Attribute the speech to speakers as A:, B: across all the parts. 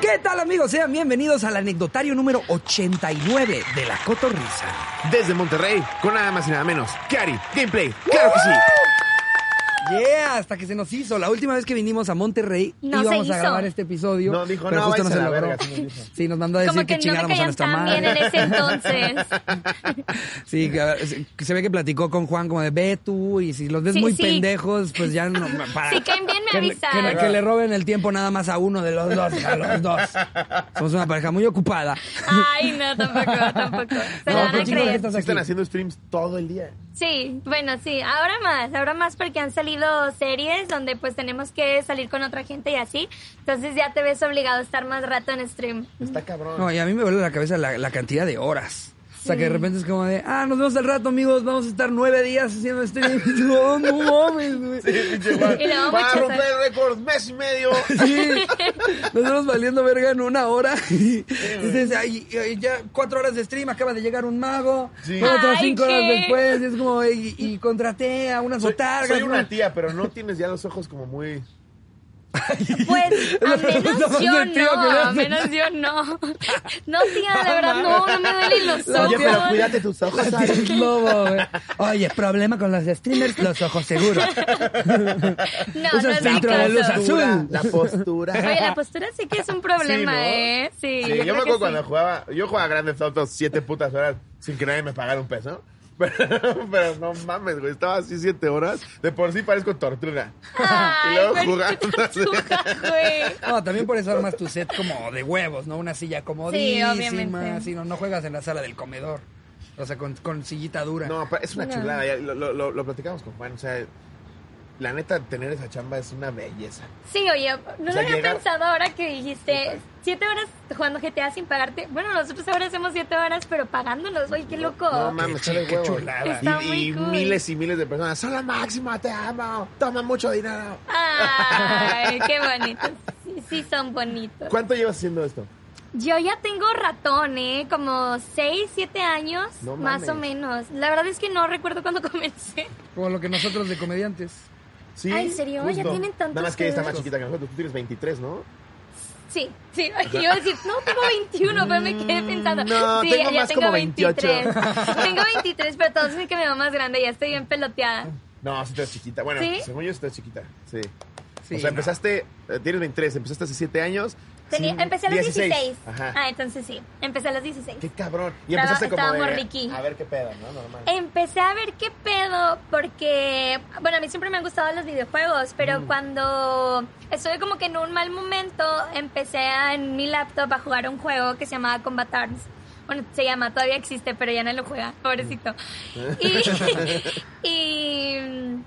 A: ¿Qué tal amigos? Sean bienvenidos al anecdotario número 89 de La Cotorrisa.
B: Desde Monterrey, con nada más y nada menos. Cari, gameplay, claro que sí.
A: Yeah, hasta que se nos hizo. La última vez que vinimos a Monterrey
C: No se
A: íbamos
C: hizo.
A: a grabar este episodio.
B: No, dijo,
A: pero
B: "No,
A: justo
B: váyanse
A: se
B: a la
A: logró.
B: verga", sí nos dijo.
A: Sí, nos mandó a decir que,
C: Como que no me
A: chingáramos a
C: caían
A: nuestra
C: tan bien
A: madre.
C: en ese entonces.
A: Sí, que, a- que se ve que platicó con Juan como de ve tú y si los ves
C: Sí,
A: muy
C: sí.
A: pendejos, pues ya no. Para,
C: Si caen bien, me
A: que, le-
C: avisan.
A: que le- que le roben el tiempo nada más a uno de los dos, a los dos. Somos una pareja muy ocupada.
C: Ay, no, tampoco, tampoco. Se
A: No,
C: la van
A: qué chingón que
C: a creer.
A: estás
B: Sí
A: aquí.
B: Están haciendo este streams todo el día.
C: Sí, bueno, sí, ahora más, ahora más porque han salido series donde pues tenemos que salir con otra gente y así, entonces ya te ves obligado a estar más rato en stream.
B: Está cabrón.
A: No, y a mí me vuelve la cabeza la, la cantidad de horas. O sea, que de repente es como de, ah, nos vemos al rato, amigos, vamos a estar nueve días haciendo este... no, no mames, güey.
C: Y luego
B: Va a
C: muchas-
B: romper récords, mes y medio.
A: Sí, nos vamos valiendo verga en una hora. Entonces, ay, ay, ya cuatro horas de stream, acaba de llegar un mago.
B: Sí.
A: Otras
C: Ay,
A: cinco horas
C: ¿qué?
A: después, y es como, y, y contraté a unas
B: Soy,
A: otargas.
B: soy una tía, pero no tienes ya los ojos como muy...
C: Pues a menos yo
A: Del tío
C: no,
A: que le
C: a
A: hace.
C: menos yo no. No, tía, de verdad, no, no me duelen los
A: La
C: ojos.
A: Oye, tía- pero
B: tus
A: La tía del lobo, güey. Oye, problema con los streamers, los ojos seguros.
C: No, no
A: Usas
C: es mi
A: filtro de luz
C: caso.
A: azul.
B: La postura.
C: Oye, la postura sí que es un problema,
B: Sí, ¿no?
C: ¿eh? Sí,
B: Sí,
C: yo,
B: yo, me
C: creo que
B: acuerdo cuando
C: sí.
B: jugaba, yo jugaba grandes autos siete putas horas sin que nadie me pagara un peso. Pero, pero no mames, güey, estaba así siete horas. De por sí parezco tortuga.
C: Ay,
B: y luego
C: pero
B: jugando.
C: qué tortuga, güey.
A: No, también por eso armas tu set como de huevos, ¿no? Una silla comodísima.
C: Sí, obviamente.
A: sí, no, no juegas en la sala del comedor. O sea, con, con sillita dura.
B: No, pero es una
C: No.
B: chulada, ya lo, lo- lo- lo platicamos con Juan, o sea, la neta, tener esa chamba es una belleza.
C: Sí, oye, no
B: O sea,
C: lo había
B: llegar-
C: pensado ahora que dijiste siete horas jugando GTA sin pagarte. Bueno, nosotros ahora hacemos siete horas, pero pagándonos. Oye, qué loco.
B: No mames,
A: Qué
B: sale
A: chul- qué
B: huevo.
A: chulada.
C: Está
B: Y,
C: muy
B: y
C: cool.
B: miles y miles de personas, son la máxima, te amo, toma mucho dinero.
C: Ay, qué bonitos. Sí, sí son bonitos.
B: ¿Cuánto llevas haciendo esto?
C: Yo ya tengo ratón, ¿eh? Como seis, siete años,
B: No
C: más
B: mames.
C: o menos. La verdad es que no recuerdo cuándo comencé.
A: Como lo que nosotros de comediantes.
B: Sí.
C: Ay, ¿en serio? Ya tienen tantos
B: Nada más que ella está más
C: pedos.
B: chiquita que nosotros, tú tienes 23, ¿no?
C: Sí, sí. Ay, Yo iba a decir, no, tengo 21, pero me quedé pensando.
B: Mm, no,
C: sí,
B: tengo
C: ya
B: más
C: tengo
B: como
C: 23. tengo 23, pero todos dicen que mi mamá es grande, ya estoy bien peloteada.
B: No, sí estás chiquita. Bueno,
C: ¿Sí?
B: según yo sí estás chiquita. Sí.
A: Sí,
B: o sea,
A: no.
B: empezaste, eh, tienes 23, empezaste hace 7 años. Sí,
C: Tenía, empecé a los 16.
B: Ajá.
C: Ah, entonces sí, empecé a los 16.
B: Qué cabrón. Y
C: Estaba-
B: empezaste como
C: estaba
B: de,
C: morriqui.
B: A ver qué pedo, ¿no? Normal.
C: Empecé a ver qué pedo porque, bueno, a mí siempre me han gustado los videojuegos, pero
B: Mm.
C: cuando estuve como que en un mal momento, empecé a- en mi laptop a jugar un juego que se llamaba Combat Arms. Bueno, se llama, todavía existe, pero ya no lo juega, pobrecito.
B: Mm.
C: Y, y,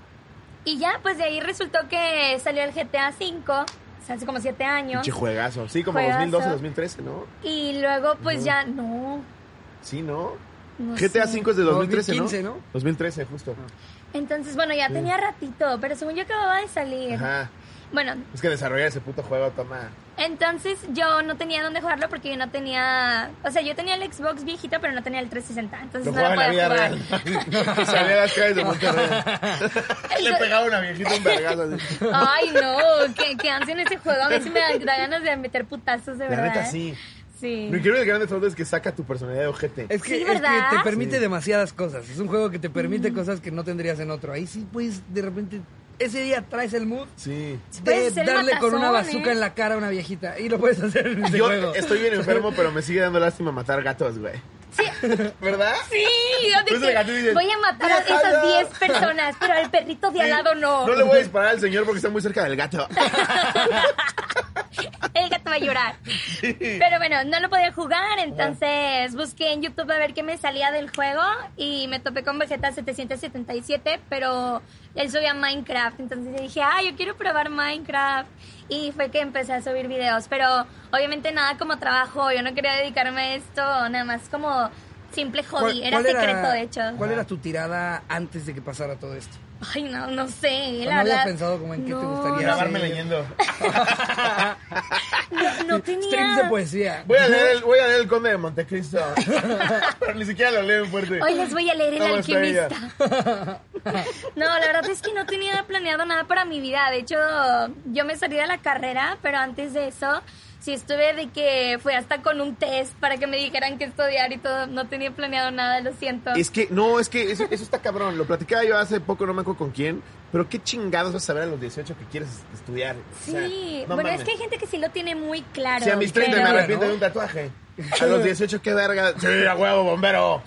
C: y ya, pues de ahí resultó que salió el GTA V, o sea, hace como siete años.
B: Pinche juegazo. Sí, como
C: Juegazo.
B: 2012, 2013, ¿no?
C: Y luego, pues ya, no.
B: Sí, ¿no?
C: no
B: GTA
C: sé.
B: 5 es de 2013,
A: 2015,
B: ¿no?
A: ¿no?
B: 2013, justo.
C: Entonces, bueno, ya tenía ratito, pero según yo acababa de salir.
B: Ajá.
C: Bueno,
B: Es que desarrollar ese puto juego toma.
C: entonces yo no tenía dónde jugarlo porque yo no tenía. O sea, yo tenía el Xbox viejito, pero no tenía el 360. Entonces
B: Lo
C: no lo
B: jugaba en la vida
C: podía jugar.
B: real. Salía a las calles de Monterrey. Le pegaba a una viejita un vergazo. así.
C: Ay, no, que, que ansia en ese juego. A mí sí me da, da ganas de meter putazos, de
B: La
C: verdad. ¿eh?
B: neta, sí.
C: Sí.
B: Lo increíble del Grande Theft Auto es que saca tu personalidad de ojete.
A: Es que,
C: Sí,
A: es que
C: ¿verdad?
A: te permite demasiadas cosas. Es un juego que te permite cosas que no tendrías en otro. Ahí sí, pues, de repente, ese día traes el mood
B: Sí.
A: de
C: Puedes ser
A: darle con una
C: matazón,
A: bazooka
C: ¿eh?
A: en la cara a una viejita. Y lo puedes hacer en ese
B: Yo
A: este juego.
B: estoy bien enfermo, pero me sigue dando lástima matar gatos, güey. Sí. ¿Verdad?
C: Sí, yo
B: Pues de gato dices,
C: dije, voy a matar a
B: "Mira,
C: esas
B: no".
C: 10 personas, pero al perrito de al lado no.
B: No le voy a disparar al señor porque está muy cerca del gato.
C: El gato va a llorar. Pero bueno, no lo podía jugar, entonces busqué en YouTube a ver qué me salía del juego y me topé con Vegeta 777, pero él subía Minecraft, entonces yo dije, ah, yo quiero probar Minecraft. Y fue que empecé a subir videos, pero obviamente nada como trabajo, yo no quería dedicarme a esto, nada más como simple hobby, era secreto de hecho.
A: ¿Cuál era tu tirada antes de que pasara todo esto?
C: Ay, no, no sé,
A: O sea,
C: la
A: ¿No habías
C: verdad.
A: pensado como en qué te
C: No,
A: gustaría
C: no,
B: Grabarme
A: hacer?
B: leyendo.
C: No, no
A: Strips de
C: tenía...
A: poesía.
B: Voy a leer el, voy a leer el Conde de Montecristo. Pero ni siquiera lo leo en fuerte.
C: Hoy les voy a leer El
B: Vamos,
C: Alquimista. No, la verdad es que no tenía planeado nada para mi vida. De hecho, yo me salí de la carrera, pero antes de eso sí estuve de que fue hasta con un test para que me dijeran qué estudiar y todo. No tenía planeado nada, lo siento.
B: Es que, no, es que eso, eso está cabrón. Lo platicaba yo hace poco, no me acuerdo con quién. Pero qué chingados vas a saber a los 18 que quieres est- estudiar. O
C: Sí,
B: sea, no
C: bueno,
B: mames.
C: es que hay gente que sí lo tiene muy claro.
B: Si a mis 30
C: pero-
B: me arrepiento
A: ¿no?
B: de un tatuaje. A los 18, qué verga. Sí, a huevo, bombero.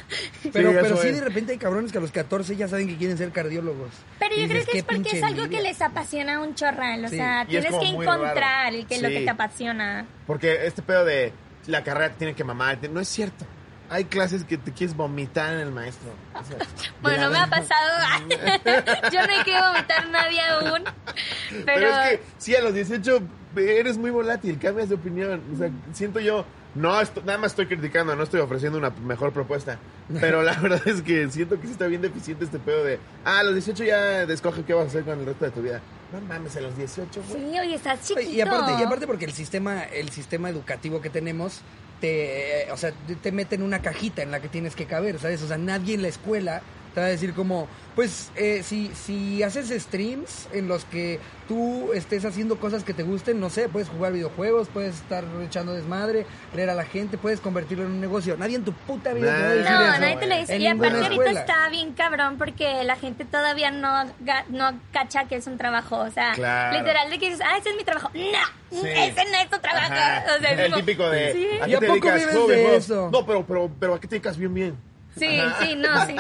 A: Pero,
B: eso
A: pero sí,
B: es.
A: de repente hay cabrones que a los 14 ya saben que quieren ser cardiólogos.
C: Pero yo
A: Y
C: creo
A: dices,
C: que es
A: "Qué
C: porque
A: pinche
C: es algo que
A: envidia".
C: les apasiona un chorral. O
A: Sí,
C: sea,
B: y es
C: tienes
B: como
C: que
B: muy raro.
C: encontrar el que lo
B: Sí.
C: que te apasiona.
B: Porque este pedo de la carrera te tiene que mamar, te- no es cierto. Hay clases que te quieres vomitar en el maestro. O sea, de
C: Bueno,
B: la
C: no me ha
B: verga.
C: pasado. Yo no he querido vomitar a nadie aún. Pero,
B: Pero es que, sí, a los 18 eres muy volátil, cambias de opinión. O sea, siento yo, no, esto- nada más estoy criticando, no estoy ofreciendo una mejor propuesta. Pero la verdad es que siento que sí está bien deficiente este pedo de, ah, a los 18 ya te escoge qué vas a hacer con el resto de tu vida. No mames, a los 18, güey.
C: sí, oye, estás chiquito.
A: Y aparte, y aparte porque el sistema, el sistema educativo que tenemos te, eh, o sea, te- te mete en una cajita en la que tienes que caber, ¿sabes? O sea, nadie en la escuela te va a decir como, pues eh, si, si haces streams en los que tú estés haciendo cosas que te gusten, no sé, puedes jugar videojuegos, puedes estar echando desmadre, leer a la gente, puedes convertirlo en un negocio. Nadie en tu puta vida te va a decir
C: No,
A: eso.
C: nadie te lo
A: güey.
C: dice.
A: En
C: Y aparte
A: ninguna
C: ahorita
A: escuela.
C: está bien cabrón porque la gente todavía no, ga- no cacha que es un trabajo. O sea,
B: Claro.
C: literal de que dices, ah, ese es mi trabajo. No,
B: Sí.
C: ese no es tu trabajo.
B: Ajá.
C: O sea, es
B: el
C: como-
B: típico de,
C: Sí.
B: ¿a
A: ¿Y
B: qué
A: a
B: te
A: poco
B: dedicas?
A: vives
B: Juego
A: de
B: videojuegos.
A: eso?
B: No, pero, pero, pero ¿a qué te dedicas bien, bien?
C: Sí,
B: Ajá.
C: sí, no, sí.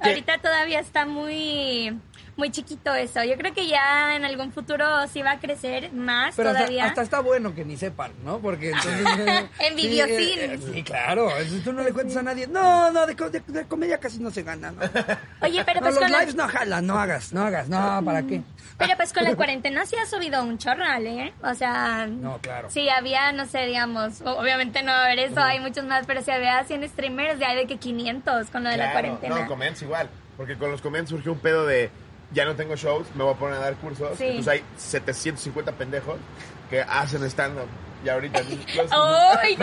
C: Ahorita todavía está muy muy chiquito eso. Yo creo que ya en algún futuro sí va a crecer más
A: Pero hasta,
C: todavía.
A: hasta está bueno que ni sepan, ¿no? Porque entonces... eh,
C: Envidiosín.
A: Sí, eh, sí, claro. eso Tú no le cuentas a nadie. No, no, de, co- de- de comedia casi no se gana, ¿no?
C: Oye, pero
A: No,
C: pues,
A: los
C: con la,
A: lives no jalan, no hagas, no hagas. No, ¿para qué?
C: pero pues con la cuarentena sí ha subido un chorral, ¿eh? O sea,
A: No, claro.
C: sí había, no sé, digamos, o- obviamente no va a haber eso, hay muchos más, pero si había 100 streamers, ya hay de que 500 con lo de la
B: Claro,
C: cuarentena.
B: no, comens igual. Porque con los comens surgió un pedo de ya no tengo shows, me voy a poner a dar cursos.
C: Sí.
B: Entonces hay 750 pendejos que hacen stand-up. Y ahorita. los-
C: ¡Ay, qué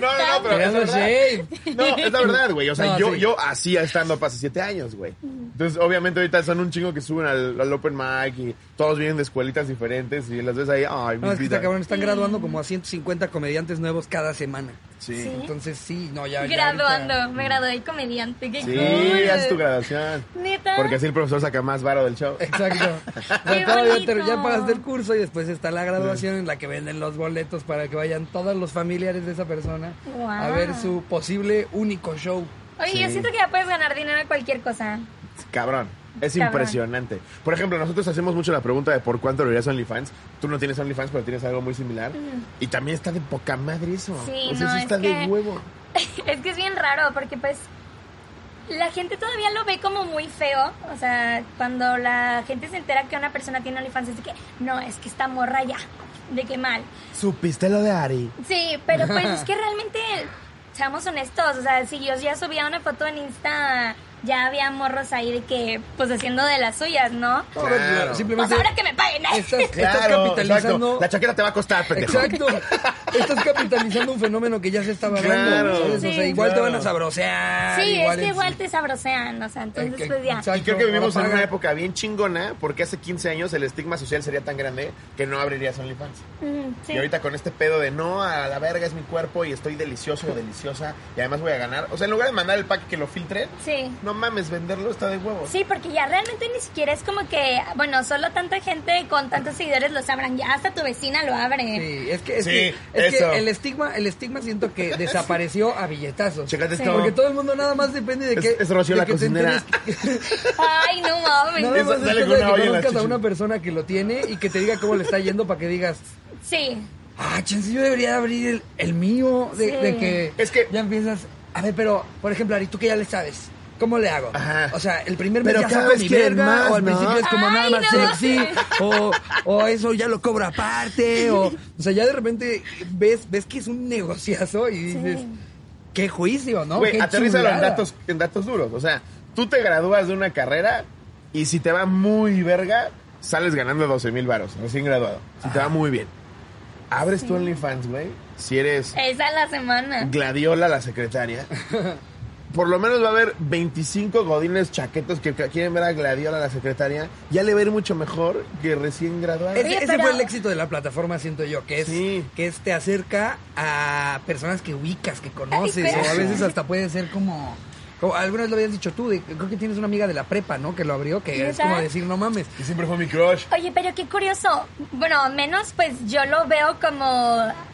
B: No, no, no,
C: stand-up!
B: pero es
A: Ya
B: la
A: lo
B: verdad.
A: sé.
B: No, es la verdad, güey. O sea,
A: No,
B: yo,
A: sí.
B: yo hacía stand-up hace 7 años, güey. Entonces, obviamente, ahorita son un chingo que suben al, al open mic y todos vienen de escuelitas diferentes y las ves ahí. Ay,
A: No,
B: mi
A: es que está
B: vida.
A: cabrón, están graduando como a 150 comediantes nuevos cada semana. Entonces sí, no, ya... ya ahorita-
C: Graduando, me gradué de comediante, qué
B: Sí,
C: cool.
B: haces tu graduación.
C: Neta.
B: Porque así el profesor saca más varo del show.
A: Exacto. O sea,
C: Qué
A: todavía
C: bonito.
A: te- ya pagaste el curso y después está la graduación en la que venden los boletos para que vayan todos los familiares de esa persona
C: Guau.
A: a ver su posible único show.
C: Oye, yo
B: Sí.
C: siento que ya puedes ganar dinero en cualquier cosa.
B: Cabrón. Es
C: Cabrón.
B: impresionante. Por ejemplo, nosotros hacemos mucho la pregunta de por cuánto lo harías OnlyFans. Tú no tienes OnlyFans, pero tienes algo muy similar. Y también está de poca madre eso.
C: Sí,
B: o sea,
C: no,
B: eso
C: es
B: está de
C: que-
B: huevo.
C: es que es bien raro porque pues la gente todavía lo ve como muy feo. O sea, cuando la gente se entera que una persona tiene OnlyFans es de que no, es que está morra ya. De que mal.
B: Supiste lo de Ari.
C: Sí, pero pues es que realmente, seamos honestos, o sea, si yo ya subía una foto en Insta, ya había morros ahí de que, pues haciendo de las suyas, ¿no?
B: Claro.
C: Pues
A: Simplemente
C: ahora que me paguen. ¿eh?
A: estás, estás
B: Claro,
A: capitalizando...
B: exacto. La chaqueta te va a costar, pendejo.
A: Exacto. Estás capitalizando un fenómeno que ya se estaba
B: Claro.
A: dando. ¿sabes? O sea,
C: Sí.
A: igual
B: Claro.
A: te van a sabrosear.
C: Sí, es
A: igual
C: que igual te sabrosean, o sea, entonces
A: Eh, que-
C: pues ya.
A: exacto.
B: Y creo que vivimos en
A: Ahora
B: una
A: paga.
B: época bien chingona, porque hace 15 años el estigma social sería tan grande que no abrirías OnlyFans.
C: Mm, sí.
B: Y ahorita con este pedo de no, a la verga es mi cuerpo y estoy delicioso o deliciosa y además voy a ganar. O sea, en lugar de mandar el pack que lo filtre,
C: Sí.
B: no mames, venderlo está de huevos.
C: Sí, porque ya realmente ni siquiera es como que, bueno, solo tanta gente con tantos seguidores lo sabrán, ya hasta tu vecina lo abre.
A: Sí, es que, es
B: Sí,
A: que, es que
B: eso.
A: el estigma, el estigma siento que desapareció a billetazos.
B: Chécate
C: Sí.
B: esto.
A: Porque todo el mundo nada más depende de
B: Es-
A: que,
B: es Rocío
A: de
B: la
A: que te
B: cocinera.
A: enteres que-
C: Ay, no mames.
A: Nada más es
B: Sale con
A: cosa de
B: una olla
A: que
B: en la
A: conozcas a
B: chichi.
A: una persona que lo tiene y que te diga cómo le está yendo para que digas,
C: Sí,
A: ah, chance, yo debería abrir el, el mío. De,
C: Sí.
A: de que
B: Es que-
A: ya empiezas, a ver, pero, por ejemplo, Ari, tú que ya le sabes. ¿Cómo le hago?
B: Ajá.
A: O sea, el primer mes
B: Pero
A: ya
B: cada
A: saco
B: vez
A: mi
B: quieren
A: verga,
B: más,
A: o al
B: ¿no?
A: principio es como
C: Ay,
A: nada más
C: no.
A: sexy, o, o eso ya lo cobro aparte, o, o sea, ya de repente ves, ves que es un negociazo y dices,
C: Sí.
A: qué juicio, ¿no?
B: Güey,
A: Qué
B: aterrízalo en
A: chulada".
B: datos, en datos duros. O sea, tú te gradúas de una carrera y si te va muy verga, sales ganando 12 mil varos, recién graduado. Si te va muy bien. Abres
C: Eh.
B: tu OnlyFans, güey. Si eres
C: esa es la semana.
B: Gladiola, la secretaria. por lo menos va a haber 25 godines chaquetos que quieren ver a Gladiola, la secretaria. Ya le va a ir mucho mejor que recién graduada.
D: Ese,
C: Oye,
D: ese
C: pero-
D: fue el éxito de la plataforma, siento yo, que es,
B: Sí.
D: que es te acerca a personas que ubicas, que conoces,
C: Ay,
D: o a
C: pero-
D: veces hasta puede ser como, como alguna vez lo habías dicho tú, de- creo que tienes una amiga de la prepa, ¿no? Que lo abrió, que es
C: ¿Neta?
D: como decir, no mames.
B: Y siempre fue mi crush.
C: Oye, pero qué curioso. Bueno, al menos pues yo lo veo como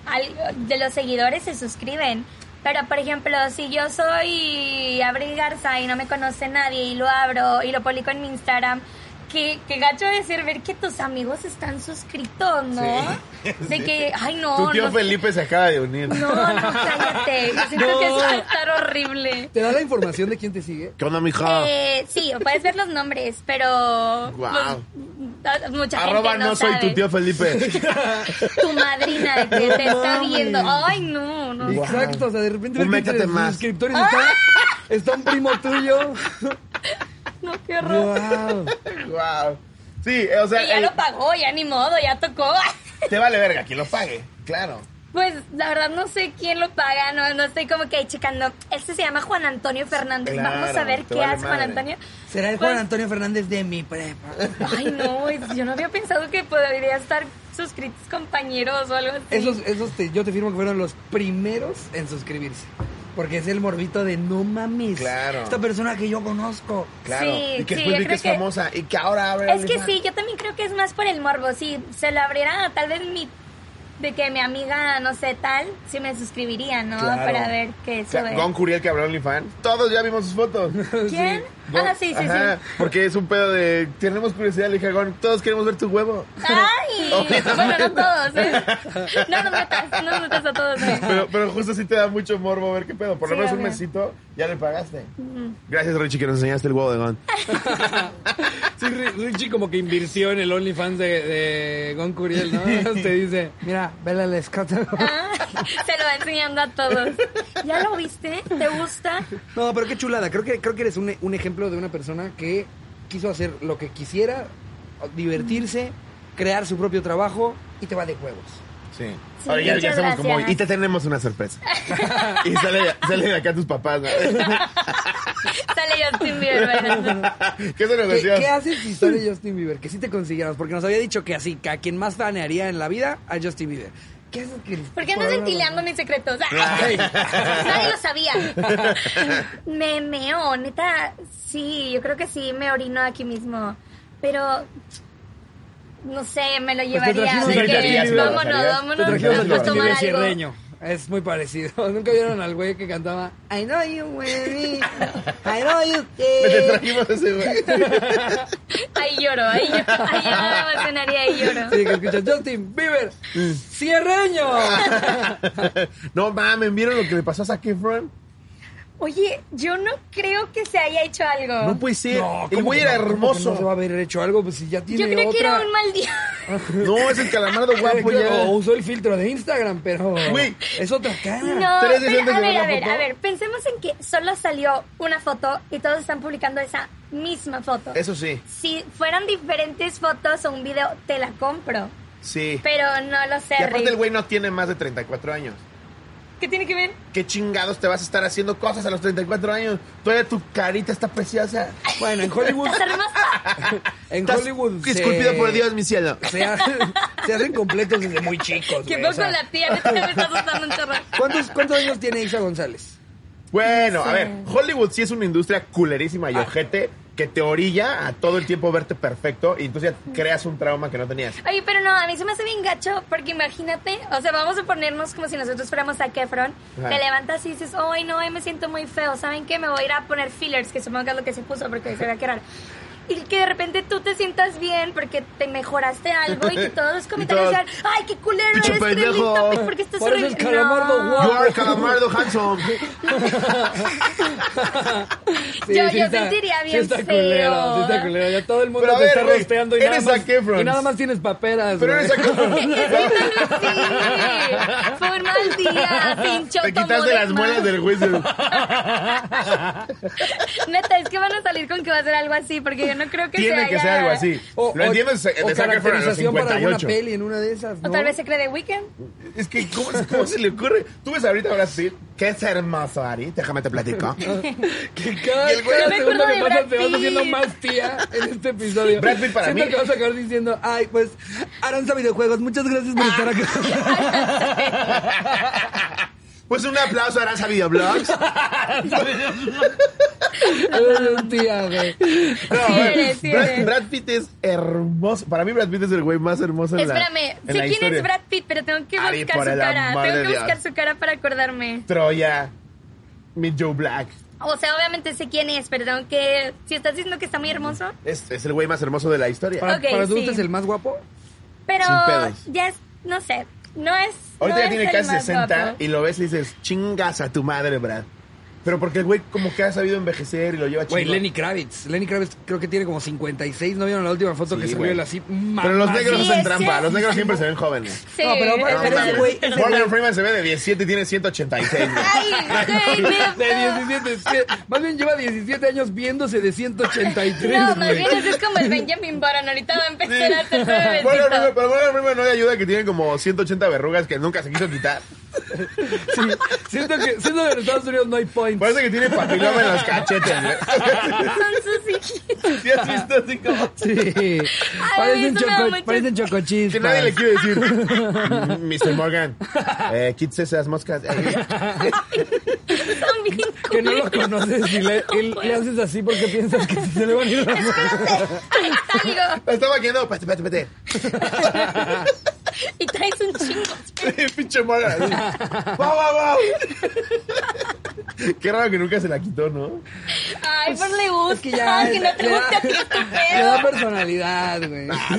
C: al- de los seguidores se suscriben. Pero, por ejemplo, si yo soy Abril Garza y no me conoce nadie y lo abro y lo publico en mi Instagram, qué, qué gacho decir ver que tus amigos están suscritos, ¿no? De que, ay, no.
B: tu tío
C: no,
B: Felipe se acaba de unir.
C: No, no, cállate. Yo siento que eso va a estar horrible.
D: ¿Te da la información de quién te sigue?
B: ¿Qué onda, mija?
C: Eh, sí, puedes ver los nombres, pero.
B: Guau.
C: pues, mucha
B: Arroba
C: gente
B: no,
C: no,
B: soy
C: sabe.
B: tu tío Felipe.
C: tu madrina de que te está viendo. Ay, no, no.
B: Wow.
D: Exacto, o sea, de repente
B: Un
D: ves
B: métete
D: que entre sus
B: más.
D: suscriptores
C: Ah.
D: está, está un primo tuyo.
C: No, qué horror.
D: wow.
B: wow. Sí, eh, o sea,
C: Que ya
B: eh,
C: lo pagó, ya ni modo, ya tocó.
B: te vale verga quien lo pague. Claro.
C: Pues la verdad no sé quién lo paga, no, no estoy como que ahí checando. Este se llama Juan Antonio Fernández.
B: Claro,
C: Vamos a ver
B: te
C: qué
B: vale
C: hace Juan
B: madre.
C: Antonio.
D: Será el
C: Pues-
D: Juan Antonio Fernández de mi prepa.
C: Ay, no, es- yo no había pensado que podría estar suscritos compañeros o algo así.
D: Esos,
B: eh,
D: esos te- yo te firmo que fueron los primeros en suscribirse. Porque es el morbito de no mames.
B: Claro.
D: Esta persona que yo conozco.
B: Claro.
C: Sí,
B: y que
C: sí,
B: después vi
C: yo
B: que
C: creo
B: es
C: que-
B: famosa y que ahora abre
C: Es que
B: OnlyFans.
C: sí, yo también creo que es más por el morbo. Si se lo abriera tal vez mi de que mi amiga, no sé, tal, sí me suscribiría, ¿no?
B: Claro.
C: Para ver qué
B: O sea,
C: sube.
B: Gon Curiel que abrió OnlyFans. Todos ya vimos sus fotos.
C: ¿Quién?
B: Gon-
C: Ah, sí, sí,
B: Ajá,
C: sí.
B: Porque es un pedo de. Tenemos curiosidad, le dije a Gon. Todos queremos ver tu huevo.
C: ¡Ay!
D: Oh.
C: bueno, no todos, ¿eh? No nos metas, no nos metas a todos. ¿eh?
B: Pero, pero justo sí te da mucho morbo ver qué pedo. Por lo
C: Sí,
B: menos un
C: obvio.
B: mesito ya le pagaste. Gracias, Richie, que nos enseñaste el huevo de Gon.
D: Sí, Ri- Richie como que invirtió en el OnlyFans de, de Gon Curiel, ¿no? Te dice, mira, vela el escote.
C: Ah, se lo va enseñando a todos. ¿Ya lo viste? ¿Te gusta?
D: No, pero qué chulada. Creo que, creo que eres un, un ejemplo de una persona que quiso hacer lo que quisiera, divertirse, crear su propio trabajo y te va de juegos.
B: Sí.
C: Sí,
B: Ahora ya, ya
C: muchas
B: hacemos como.
C: gracias.
B: Y te tenemos una sorpresa. y sale, sale de acá tus papás. ¿no?
C: Sale Justin Bieber.
B: ¿Qué se nos
D: ¿Qué,
B: decías?
D: qué haces si sale Justin Bieber? Que sí te consiguieras, porque nos había dicho que así, que a quien más fanearía en la vida, a Justin Bieber. ¿Qué haces que
C: ¿Por qué andas ventileando mis secretos? ¡Ay! Nadie lo sabía. Me meo, neta. Sí, yo creo que sí, me orino aquí mismo. Pero. No sé, me lo
D: Pues te
C: llevaría.
D: trajimos
C: de
D: al
C: que,
D: Justin Bieber.
C: vámonos,
B: Te
D: Te
C: vámonos
D: trajimos
B: Vamos
D: al
C: a
D: Justin
C: Pues tomar
D: Bieber
C: algo.
D: cierreño. Es muy parecido. Nunca vieron al güey que cantaba I know you, baby. I know you,
B: Te
D: yeah.
B: trajimos ese güey.
C: Ahí lloro, ahí lloro. Ahí yo me emocionaría y lloro.
D: Sí, que escuchas Justin Bieber. ¡Cierreño!
B: no mames, ¿vieron lo que le pasó a Zac Efron?
C: Oye, yo no creo que se haya hecho algo.
B: No pues, puede ser.
D: No,
B: el
D: ¿cómo
B: güey
D: que
B: era
D: no? ¿Cómo que No se va a
B: hermoso.
D: haber hecho algo, pues si ya tiene
C: yo creo
D: otra.
C: que era un mal día.
B: No, es el calamardo guapo
D: O
B: ya.
D: usó el filtro de Instagram, pero
B: Güey.
D: es otra cara.
C: No,
B: ¿Tres días antes
C: pero a
B: de
C: ver,
B: la
C: a ver,
B: foto?
C: a ver, pensemos en que solo salió una foto y todos están publicando esa misma foto.
B: Eso sí,
C: Si fueran diferentes fotos o un video, te la compro.
B: sí.
C: Pero no lo sé,
B: Y aparte
C: Rick.
B: el güey no tiene más de 34 años.
C: ¿Qué tiene que ver?
B: ¿Qué chingados te vas a estar haciendo cosas a los 34 años? Todavía tu carita está preciosa.
D: Bueno, en Hollywood.
C: Estás hermosa.
D: En
B: Estás
D: Hollywood. se-
B: Esculpido por Dios, mi cielo.
D: Se, ha- se hacen completos desde muy chicos.
C: ¿Qué poco
D: güey, o sea.
C: la tía? Neta, me estás asustando un chorro.
D: ¿Cuántos, ¿Cuántos años tiene Isa González?
B: Bueno,
C: Sí.
B: a ver, Hollywood sí es una industria culerísima y
D: Ah.
B: ojete que te orilla a todo el tiempo verte perfecto y entonces ya creas un trauma que no tenías.
C: Oye, pero no, a mí se me hace bien gacho porque imagínate, o sea, vamos a ponernos como si nosotros fuéramos a Kefron.
B: Ajá.
C: Te levantas y dices, ay, no, ay, me siento muy feo. ¿Saben qué? Me voy a ir a poner fillers, que supongo que es lo que se puso porque se va a quedar. Y que de repente tú te sientas bien porque te mejoraste algo y que todos los comentarios
B: todos,
C: sean, ay, qué culero eres,
B: "Pinche
C: pues, qué
B: pendejo".
C: lindo, porque estás
D: Por eso es
C: horrible".
D: calamardo,
C: No.
D: guau.
B: You are Calamardo Handsome.
C: Yo- yo
D: está-
C: sentiría
D: sí
C: bien
D: está
C: feo.
D: culero, sí está culero. Ya todo el mundo
B: Pero a
D: te
B: ver,
D: está
B: güey,
D: rosteando y nada,
B: eres
D: más,
B: Zac Efron.
D: y nada más tienes paperas.
B: Pero
D: güey.
B: eres acá.
C: Sí, Fue un mal día, pincho.
B: Te quitaste las muelas del juicio.
C: Neta, es que van a salir con que va a ser algo así, porque yo yo no creo que
B: Tiene
C: sea.
B: que ser algo así.
D: O,
B: Lo
D: o-
B: entiendes de
D: o
B: Zac Efron a los
D: caracterización para alguna
B: 58.
D: peli en una de esas,
C: O
D: ¿no?
C: tal vez se cree de Weekend.
B: Es que, ¿cómo, cómo se le ocurre? Tú ves ahorita ahora sí, que es hermoso, Ari. Déjame te platico.
D: Que cada,
B: Y el güey-
D: cada
C: Yo me
D: segundo
C: acuerdo
D: que
C: de
D: pasa
C: Brad
D: te vas
C: Pitt.
D: haciendo más tía en este episodio.
B: Brad Pitt para
D: Siento
B: mí-
D: que vas a acabar diciendo, ay, pues, Aranza Videojuegos, muchas gracias por estar acá.
B: Pues un aplauso a Aranza Videoblogs.
D: Eres tía,
B: No,
D: güey.
C: Sí
B: Brad-
C: eres, sí
B: Brad,
C: eres.
B: Brad Pitt es hermoso. Para mí Brad Pitt es el güey más hermoso en la
C: Espérame,
B: en
C: sé
B: la
C: quién
B: historia.
C: es Brad Pitt, pero tengo que
B: Ari,
C: buscar
B: por
C: su
B: el
C: cara.
B: amor de
C: Tengo que
B: Dios.
C: buscar su cara para acordarme.
B: Troya, mi Joe Black.
C: O sea, obviamente sé quién es, pero tengo que. Si estás diciendo que está muy hermoso,
B: Es, es el güey más hermoso de la historia.
D: ¿Para,
C: Ok,
D: para tú
C: sí.
D: este es el más guapo?
C: pero
B: Sin pedos.
C: ya es. No sé, no es.
B: Ahorita
C: no
B: ya
C: es
B: tiene
C: el
B: casi
C: más
B: 60
C: guapo.
B: y lo ves y dices, chingas a tu madre, Brad. Pero porque el güey como que ha sabido envejecer y lo lleva
D: Güey,
B: chingón.
D: Lenny Kravitz. Lenny Kravitz creo que tiene como 56. ¿No vieron la última foto
B: Sí,
D: que subió
B: güey.
D: él así?
B: Pero los
D: mamadísimo?
B: negros
C: Sí,
B: hacen
C: es
B: trampa. Los negros siempre
C: ciertísimo.
B: se ven jóvenes.
C: Sí.
D: No, pero-
B: No,
D: pero ese
B: mames.
D: güey- ese
B: Morgan
D: güey-
B: Freeman se ve de 17 y tiene 186. güey.
C: Ay, güey, no.
D: De 17, sí. más bien lleva 17 años viéndose de 183,
C: No, más
D: güey.
C: bien ese es como el Benjamin Button. Ahorita va a
B: Sí.
C: empezar a hacer todo el
B: Morgan Freeman-
C: bendito.
B: pero Morgan Freeman no le ayuda que tiene como 180 verrugas que nunca se quiso quitar.
D: Sí. Siento, que, siento que en Estados Unidos no hay points.
B: Parece que tiene papiloma en los cachetes. güey.
C: Son sus hijitos.
B: ¿Sí has visto así como?
D: Sí. Parecen,
C: eso me da
D: choco,
C: mucho-
D: parecen chocochispas.
B: Que nadie le quiere decir, "Mm, Mr. Morgan, eh, quítese esas moscas. Eh,
C: Son bien
D: que no lo
C: culeros.
D: conoces y le, y le haces así porque piensas que se le van a ir las manos.
C: Ay, salgo.
B: la estaba quedando, espérate, espérate,
C: Y traes un chingo.
B: espérate. Pinche Morgan. así. ¡Wow, wow, wow! Qué raro que nunca se la quitó, ¿no?
C: Ay, pues le gusta.
D: Es que ya.
C: que no te
D: le da-
C: gusta, que es tu
D: Le da
C: pedo.
D: personalidad, güey.
B: Ah.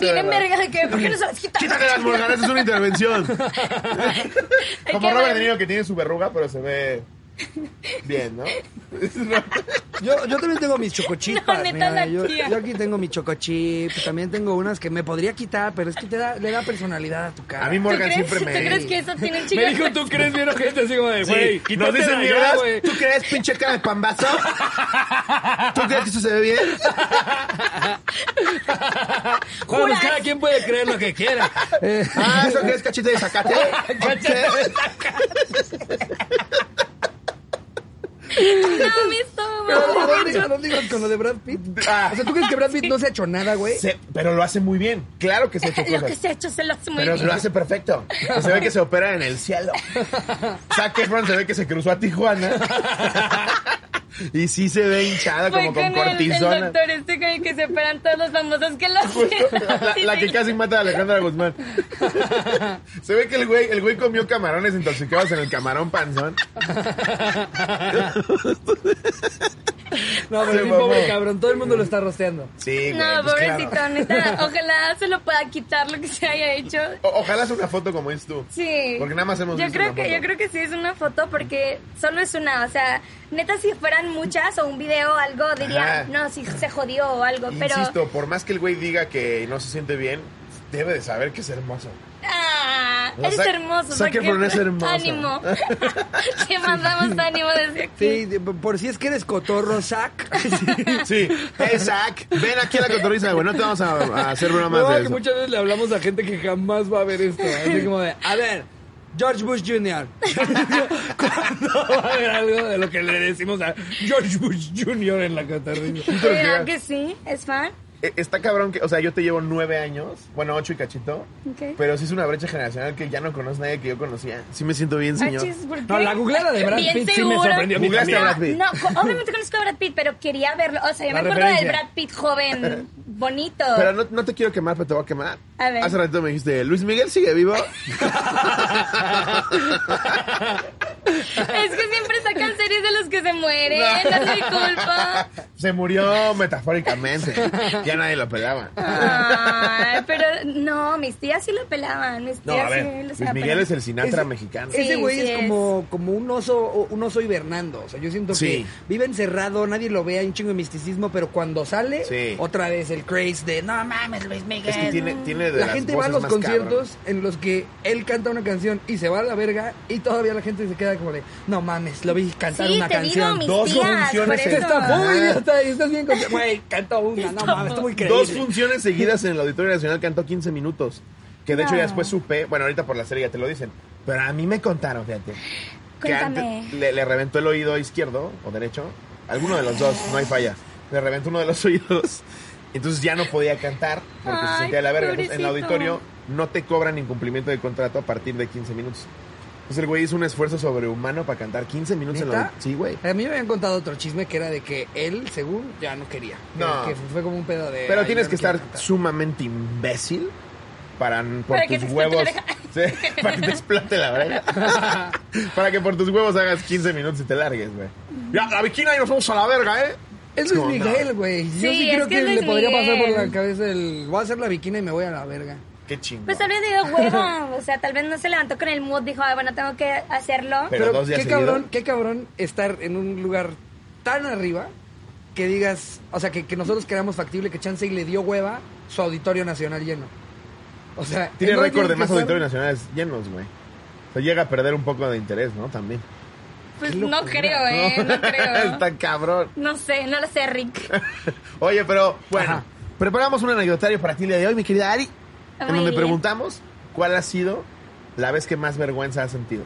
C: Bien envergada de que, ¿por qué no sabes quitar?
B: Quítate las Morgan, eso es una intervención.
C: Ay,
B: Como
C: qué
B: Robert
C: bueno.
B: De Niro que tiene su verruga, pero se ve bien, ¿no?
D: Yo, yo también tengo mis
C: No,
D: chocochispas.
C: neta,
D: mira,
C: la
D: yo,
C: tía.
D: yo aquí tengo mi chocochip. También tengo unas que me podría quitar, pero es que te da, le da personalidad a tu cara.
B: A mí
C: ¿Tú
B: Morgan
C: crees,
B: siempre
C: ¿Tú crees
B: me...
C: que eso tiene un chico?
D: ¿tú crees bien gente así como de,
B: Sí, nos dicen mierdas. ¿Tú crees, pinche cara de pambazo? ¿Tú crees que eso se ve bien?
D: Bueno, pues
C: ¿Juras?
D: cada quien puede creer lo que quiera. Eh,
B: Ah, ¿eso crees cachete de zacate?
C: No, mi
D: Pero
C: estómago.
D: no digas, no digas con lo de Brad Pitt.
B: Ah.
D: O sea, ¿tú crees que Brad Pitt no se ha hecho nada, güey?
B: Se- pero lo hace muy bien. Claro que se ha hecho
C: Lo que
B: cosas.
C: se ha hecho se lo hace muy
B: Pero
C: bien.
B: lo hace perfecto. Se ve que se opera en el cielo. Zac Efron se ve que se cruzó a Tijuana. Y sí se ve hinchada
C: Fue
B: como con
C: el- El,
B: cortisona.
C: doctor este con el que se operan todos los famosos que lo hacen.
B: La, la que casi mata a Alejandra Guzmán. Se ve que el güey, el güey comió camarones intoxicados en el camarón panzón.
D: No, pero
B: Se
D: sí,
B: mamó.
D: pobre cabrón, todo el mundo lo está rosteando.
B: Sí, güey.
C: No,
B: pues
C: pobrecito,
B: claro.
C: neta. Ojalá se lo pueda quitar lo que se haya hecho.
B: O- ojalá sea una foto como es tú.
C: Sí.
B: Porque nada más hemos
C: yo
B: visto
C: creo
B: una
C: que
B: foto.
C: Yo creo que sí es una foto porque solo es una. O sea, neta, si fueran muchas o un video o algo, diría,
B: Ajá.
C: no, si se jodió o algo. Pero.
B: Insisto, por más que el güey diga que no se siente bien, debe de saber que es hermoso.
C: Ah,
B: No,
C: eres
B: Zac-
C: hermoso.
B: Zac
C: Zac
B: Efron es hermoso.
C: Ánimo. Te mandamos ánimo desde aquí.
D: Sí, de- por si es que eres cotorro, Zac.
B: Sí. Hey, Zach, ven aquí a la cotorriza, güey. No te vamos a, a hacer bromas
D: No,
B: de
D: que
B: eso.
D: muchas veces le hablamos a gente que jamás va a ver esto. ¿eh? Así como de, a ver, George Bush Jr. ¿Cuándo va a haber algo de lo que le decimos a George Bush Jr. en la catarrilla?
C: ¿Verdad que sí? ¿Es fan?
B: Eh, Está cabrón que, o sea, yo te llevo nueve años, bueno, ocho y cachito,
C: Ok.
B: pero sí es una brecha generacional que ya no conoce nadie que yo conocía. Sí me siento bien, señor.
C: Achis, ¿por qué?
D: Ah, No, la googleada de Brad
C: Bien
D: Pitt sí me
C: segura.
D: sorprendió. a mí
B: Googleaste a
D: también.
B: Brad Pitt.
C: No, co- obviamente conozco a Brad Pitt, pero quería verlo. O sea, yo
D: La
C: me acuerdo del
D: referencia.
C: Brad Pitt joven, bonito.
B: Pero no, no te quiero quemar, pero te voy a quemar.
C: A ver.
B: Hace ratito me dijiste, Luis Miguel sigue vivo.
C: Es que siempre sacan series de los que se mueren, no es mi culpa.
B: Pues Se murió metafóricamente. ya nadie lo pelaba.
D: Ah,
C: Ay, pero no, mis tías sí lo pelaban. Mis
B: No,
C: tías
B: a ver.
C: sí lo
B: Luis Miguel es el Sinatra
D: Ese-
B: mexicano.
C: Sí,
D: Ese güey
C: sí
D: es
C: es.
D: como, como un oso, un oso hibernando. O sea, yo siento
B: Sí.
D: que vive encerrado, nadie lo ve, hay un chingo de misticismo, pero cuando sale,
B: Sí.
D: otra vez el craze de no mames, Luis Miguel.
B: Es que tiene, tiene de
D: la
B: las
D: gente va a
B: voces
D: los
B: más
D: conciertos en los que él canta una canción y se va a la verga y todavía la gente se queda como de no mames, lo vi cantar
C: Sí,
D: una
C: te digo,
D: canción.
C: mis
B: Dos
C: tías, por
B: conjunciones en-
D: Este está
C: eso.
D: muy idiota y estás bien contento. Güey, cantó una, no mames, estuvo increíble.
B: Dos funciones seguidas en el Auditorio Nacional cantó 15 minutos. Que de hecho
C: No.
B: ya después supe, bueno, ahorita por la serie ya te lo dicen, pero a mí me contaron, fíjate. que
C: Cuéntame.
B: antes le, le reventó el oído izquierdo o derecho, alguno de los dos, no hay falla. Le reventó uno de los oídos, entonces ya no podía cantar porque se
C: Ay,
B: sentía de la verga. Entonces, en el
C: pobrecito.
B: auditorio no te cobran incumplimiento de contrato a partir de 15 minutos. Entonces el güey hizo un esfuerzo sobrehumano para cantar 15 minutos en la
D: ¿Neta?
B: Sí, güey.
D: A mí me habían contado otro chisme que era de que él, según, ya no quería.
B: No.
D: Que fue como un pedo de.
B: Pero
D: "Ay,
B: tienes
D: yo no
B: que
D: quiero
B: estar
D: cantar".
B: sumamente imbécil para por
C: Para que
B: tus
C: te explote la
B: huevos.
C: oreja.
B: Sí, para que te explote la oreja. para que por tus huevos hagas 15 minutos y te largues, güey. Ya, la bikina y nos vamos a la verga, ¿eh?
D: Es Luis
B: No, no.
D: Miguel, güey. Yo
C: Sí,
D: sí
C: es
D: creo
C: que
D: que,
C: es
D: le
C: Luis
D: podría pasar por
C: Miguel.
D: la cabeza el. Voy a hacer la bikini y me voy a la verga.
B: Qué chingón.
C: Pues tal vez dio hueva, o sea, tal vez no se levantó con el mood, dijo, "Ay, bueno, tengo que hacerlo.
B: Pero dos días
D: qué
B: seguido.
D: cabrón, qué cabrón estar en un lugar tan arriba que digas, o sea, que, que nosotros queramos factible que Chansey le dio hueva su auditorio nacional lleno. O sea,
B: Tiene
D: él no
B: récord de
D: que
B: más
D: estar-
B: auditorios nacionales llenos, güey. O sea, llega a perder un poco de interés, ¿no? También.
C: Pues
D: qué
C: no
D: locura,
C: creo, eh, no creo.
B: Está cabrón.
C: No sé, no lo sé, Rick.
B: Oye, pero bueno,
D: Ajá.
B: preparamos un anecdotario para ti el día de hoy, mi querida Ari, en
C: Muy
B: donde
C: bien.
B: preguntamos cuál ha sido la vez que más vergüenza has sentido.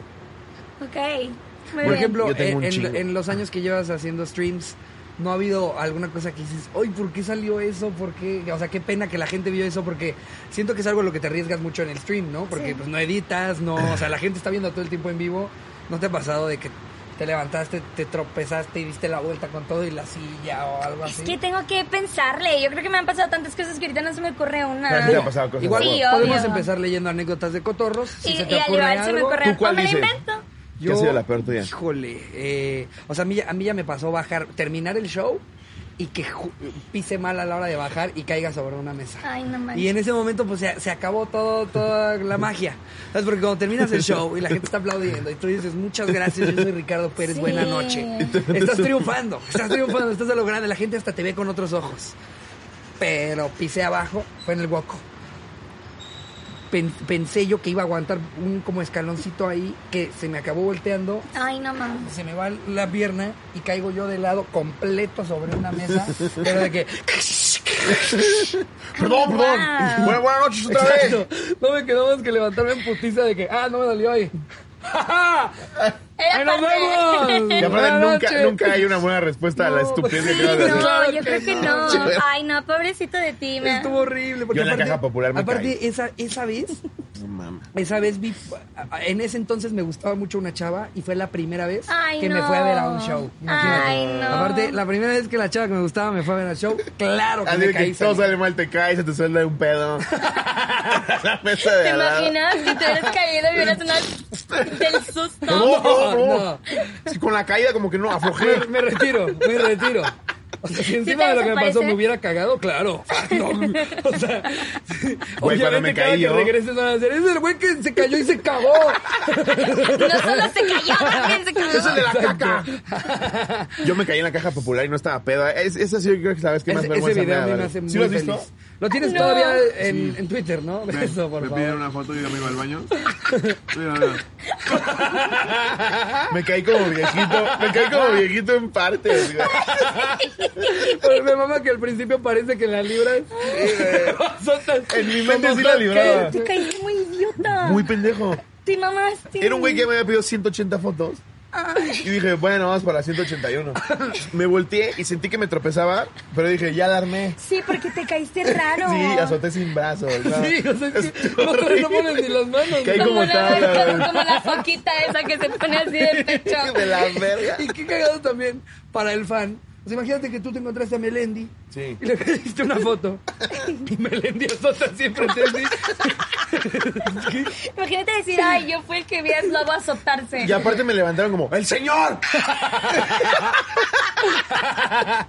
C: Ok, muy
D: Por
C: bien.
D: ejemplo, eh,
B: Yo tengo un
D: en, en-
B: chingo.
D: en los años que llevas haciendo streams, ¿no ha habido alguna cosa que dices, hoy, ¿por qué salió eso? ¿Por qué? O sea, qué pena que la gente vio eso, porque siento que es algo a lo que te arriesgas mucho en el stream, ¿no? Porque
C: Sí.
D: pues no editas, no, o sea, la gente está viendo todo el tiempo en vivo. ¿No te ha pasado de que te levantaste, te tropezaste y diste la vuelta con todo y la silla o algo
C: Es
D: así?
C: que tengo que pensarle. Yo creo que me han pasado tantas cosas que ahorita no se me ocurre
B: Pero
C: una.
B: sí te ha pasado cosas
D: Igual
C: Sí,
D: podemos
C: obvio.
D: empezar leyendo anécdotas de cotorros. Si
C: y,
D: se te
C: y al
D: ocurre
C: igual se me
D: algo.
C: ocurre
B: ¿Tú cuál
C: o me lo
B: dices?
C: invento.
B: ¿Qué ha sido la peor tuya?
D: Híjole, eh, o sea, a mí, ya- a mí ya me pasó bajar, terminar el show y que ju- pise mal a la hora de bajar y caiga sobre una mesa.
C: Ay, no manches.
D: Y en ese momento pues se, se acabó todo, toda la magia. ¿Sabes? Porque cuando terminas el show y la gente está aplaudiendo y tú dices, muchas gracias, yo soy Ricardo Pérez,
C: Sí.
D: buena noche. Estás triunfando, estás triunfando, estás a lo grande, la gente hasta te ve con otros ojos. Pero pisé abajo, fue en el hueco. Pen- pensé yo que iba a aguantar un como escaloncito ahí que se me acabó volteando
C: Ay, no mames.
D: se me va la pierna y caigo yo de lado completo sobre una mesa. Pero de que.
B: Perdón,
C: Wow.
B: perdón. Bueno, buenas noches otra
D: Exacto.
B: vez.
D: No me quedó más que levantarme en putiza de que, ah, no me dolió ahí. ¡Ja, ja!
C: Era
D: ¡Ahí nos
C: parte- este
D: vemos!
B: Y aparte,
D: Buenas
B: nunca,
D: noches.
B: nunca hay una buena respuesta a la
D: No,
B: estupidez que
D: sí,
B: acabas de
D: no.
B: hacer.
C: No,
D: Claro
C: yo
D: que
C: creo que no.
D: no.
C: Ay, no, pobrecito de ti. me-
D: Estuvo horrible. Porque
B: Yo en la
D: aparte,
B: caja popular me
D: Aparte,
B: caí.
D: esa, esa vez,
B: No mames.
D: esa vez vi. En ese entonces me gustaba mucho una chava y fue la primera vez
C: Ay,
D: que me
C: no. Ah.
D: fue a ver a un show. Imagínate.
C: Ay, no.
D: Aparte, la primera vez que la chava que me gustaba me fue a ver al show, claro que
B: Así
D: me
B: de
D: caí.
B: Ah, que todo
D: saliendo.
B: sale mal, te caes, se te suelta un pedo. la mesa de
C: ¿Te
B: al lado.
C: imaginas si te hubieras caído y hubieras una del
B: No,
C: susto?
B: no, no.
D: No.
B: Es que con la caída como que no, aflojé.
D: me, me retiro, me retiro. O sea, si encima
C: te
D: de lo que me pasó
C: desaparece?
D: me hubiera cagado, claro. Ah, No, o sea, sí,
B: Güey, cuando me
D: obviamente cada
B: caí
D: que
B: yo.
D: regreses van a decir, es el güey que se cayó y se cagó.
C: No solo se cayó, también se
B: Es el de
C: cayó.
B: la caca. Yo me caí en la caja popular y no estaba pedo. Es, esa sí, yo creo que es la vez que más
D: Ese, ese
B: vergüenza
D: video a
B: me ha
D: mí me
B: dado.
D: hace muy
B: ¿Sí lo has
D: feliz.
B: visto?
D: Lo tienes
C: No.
D: todavía en, en Twitter, ¿no? De eso, por
E: me
D: favor.
E: pidieron una foto y yo me iba al baño. Mira, mira.
B: Me caí como viejito. Me caí como viejito en partes. güey.
D: Pero me mama que al principio parece que la libras. eh,
B: En mi mente sí la libraba.
C: Te caíste muy idiota.
B: Muy pendejo.
C: Te mamaste.
B: Era un güey que me había pedido 180 fotos.
C: Ay,
B: Y dije, bueno, vamos para la 181. Me volteé y sentí que me tropezaba, pero dije, ya darme.
C: sí, porque te caíste raro.
B: Sí, azoté sin brazos. ¿no?
D: Sí, o sea, es que
B: Estuvo
D: no,
B: horrible.
D: no pones ni las manos.
B: Que hay
D: ¿no?
B: como
C: la,
B: tabla,
C: como,
B: güey.
C: como la foquita esa que se pone así del pecho.
B: De la verga.
D: Y qué cagado también para el fan. O sea, imagínate que tú te encontraste a Melendi
B: Sí.
D: Y le pediste una foto. Y me le endiosota siempre te di.
C: Imagínate decir, ay, yo fui el que vi al lobo azotarse.
B: Y aparte me levantaron como, ¡El señor!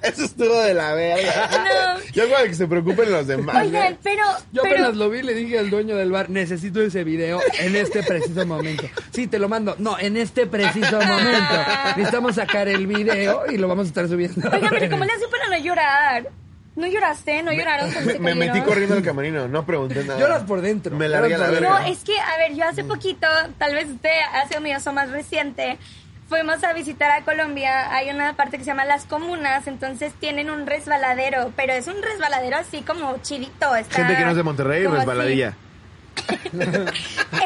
B: Eso estuvo de la verga.
C: No.
B: Yo para que se preocupen los demás. ¿eh?
C: Oigan, pero,
D: Yo
C: pero
D: apenas lo vi, le dije al dueño del bar, necesito ese video en este preciso momento. Sí, te lo mando. No, en este preciso momento. Necesitamos sacar el video y lo vamos a estar subiendo.
C: Oigan, pero ¿cómo le hacen para no llorar? No lloraste, no lloraron cuando
B: Me,
C: se
B: me metí
C: cayeron?
B: corriendo al camarino, no pregunté nada.
D: Lloras por dentro.
B: Me largué a la
D: Lloras por
B: verga. Mm.
C: No, es que, a ver, yo hace poquito, tal vez usted ha sido mi oso más reciente, fuimos a visitar a Colombia, hay una parte que se llama Las Comunas, entonces tienen un resbaladero, pero es un resbaladero así como chidito. Está
B: Gente que no es de Monterrey,
C: como así.
B: resbaladilla.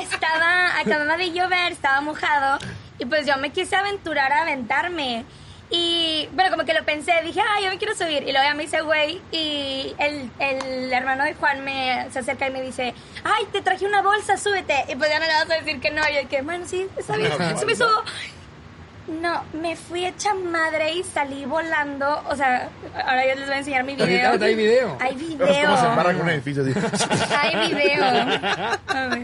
C: Estaba, acababa de llover, estaba mojado y pues yo me quise aventurar a aventarme. Y bueno, como que lo pensé, dije, ah, yo me quiero subir. Y luego ya me hice güey y el, el hermano de Juan me se acerca y me dice, ay, te traje una bolsa, súbete. Y pues ya no le vas a decir que no. Y yo que, bueno, sí, está bien, sí me subo. No, me fui hecha madre y salí volando. O sea, ahora yo les voy a enseñar mi video.
D: Ahorita hay video.
C: Hay
B: Es como se
C: video.
B: embarra con un edificio así.
C: Hay video. A ver.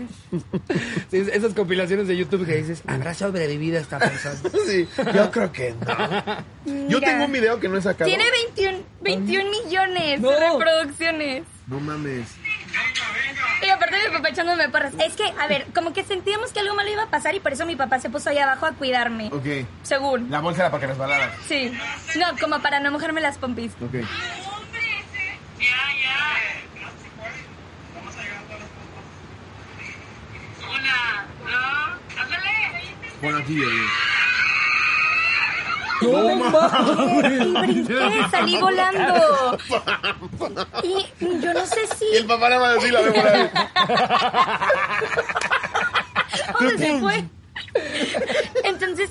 D: Sí, es- Esas compilaciones de YouTube que dices, habrá sobrevivido esta persona.
B: Sí, yo creo que no. Yo
C: Mira.
B: tengo un video que no he sacado.
C: Tiene 21, 21 millones
D: No.
C: de reproducciones.
E: No mames.
C: Y aparte mi papá echándome porras. Es que, a ver, como que sentíamos que algo malo iba a pasar y por eso mi papá se puso ahí abajo a cuidarme.
E: Ok.
C: Según.
B: La bolsa era para que resbalara.
C: Sí. No, como para no mojarme las pompis.
E: Ok. Pon aquí, güey.
D: ¡No
C: Y brinqué, salí volando. Y yo no sé
B: Y el
C: si...
B: papá nada más así la ve volar.
C: ¿Dónde se fue? Entonces,